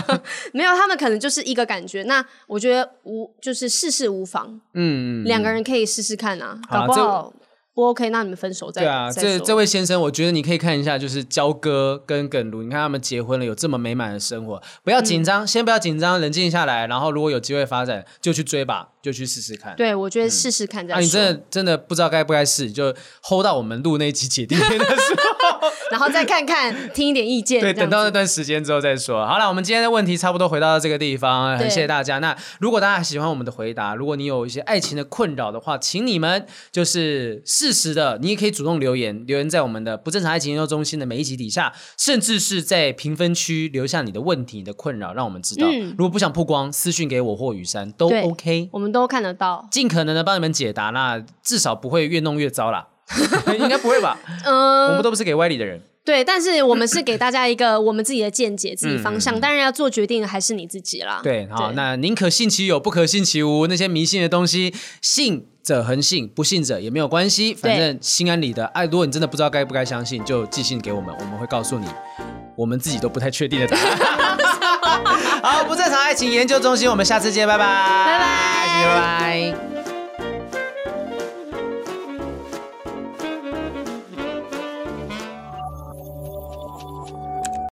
Speaker 1: 没有，他们可能就是一个感觉。那我觉得无就是世事无妨，
Speaker 2: 嗯，嗯
Speaker 1: 两个人可以试试看啊，
Speaker 2: 好
Speaker 1: 搞
Speaker 2: 啊
Speaker 1: 不
Speaker 2: 这
Speaker 1: 好不 OK，那你们分手再
Speaker 2: 对啊，
Speaker 1: 再
Speaker 2: 这
Speaker 1: 说
Speaker 2: 这位先生，我觉得你可以看一下，就是焦哥跟耿如，你看他们结婚了，有这么美满的生活，不要紧
Speaker 1: 嗯
Speaker 2: 张，先不要紧张，冷静下来，然后如果有机会发展，就去追吧，就去试试看。
Speaker 1: 对我觉得试试看再
Speaker 2: 啊，你
Speaker 1: 说，
Speaker 2: 真的真的不知道该不该试，就 hold 到我们录那一集姐弟恋的时候，
Speaker 1: 然后再看看，听一点意见。
Speaker 2: 对，
Speaker 1: 这样
Speaker 2: 等到那
Speaker 1: 子
Speaker 2: 段时间之后再说。好了，我们今天的问题差不多回到这个地方，很
Speaker 1: 对
Speaker 2: 谢谢大家。那如果大家喜欢我们的回答，如果你有一些爱情的困扰的话，请你们就是适时的，你也可以主动留言，留言在我们的不正常爱情研究中心的每一集底下，甚至是在评分区留下你的问题、你的困扰，让我们知道。
Speaker 1: 嗯
Speaker 2: 如果不想曝光，私讯给我或雨山都
Speaker 1: 对
Speaker 2: OK。
Speaker 1: 我们都看得到。
Speaker 2: 尽可能的帮你们解答，那至少不会越弄越糟啦。 [laughs] 应该不会吧？我
Speaker 1: 嗯
Speaker 2: 们，都不是给歪理的人。
Speaker 1: 对，但是我们是给大家一个我们自己的见解、自己方向，当然要做决定的还是你自己啦。
Speaker 2: 嗯对，好，
Speaker 1: 对
Speaker 2: 那宁可信其有，不可信其无。那些迷信的东西，信者恒信，不信者也没有关系。反正心安理得。哎，如果你真的不知道该不该相信，就寄信给我们，我们会告诉你我们自己都不太确定的答
Speaker 1: [laughs]
Speaker 2: 案。好，不正常爱情研究中心，我们下次见，拜拜，
Speaker 1: 拜拜
Speaker 2: 谢谢拜拜。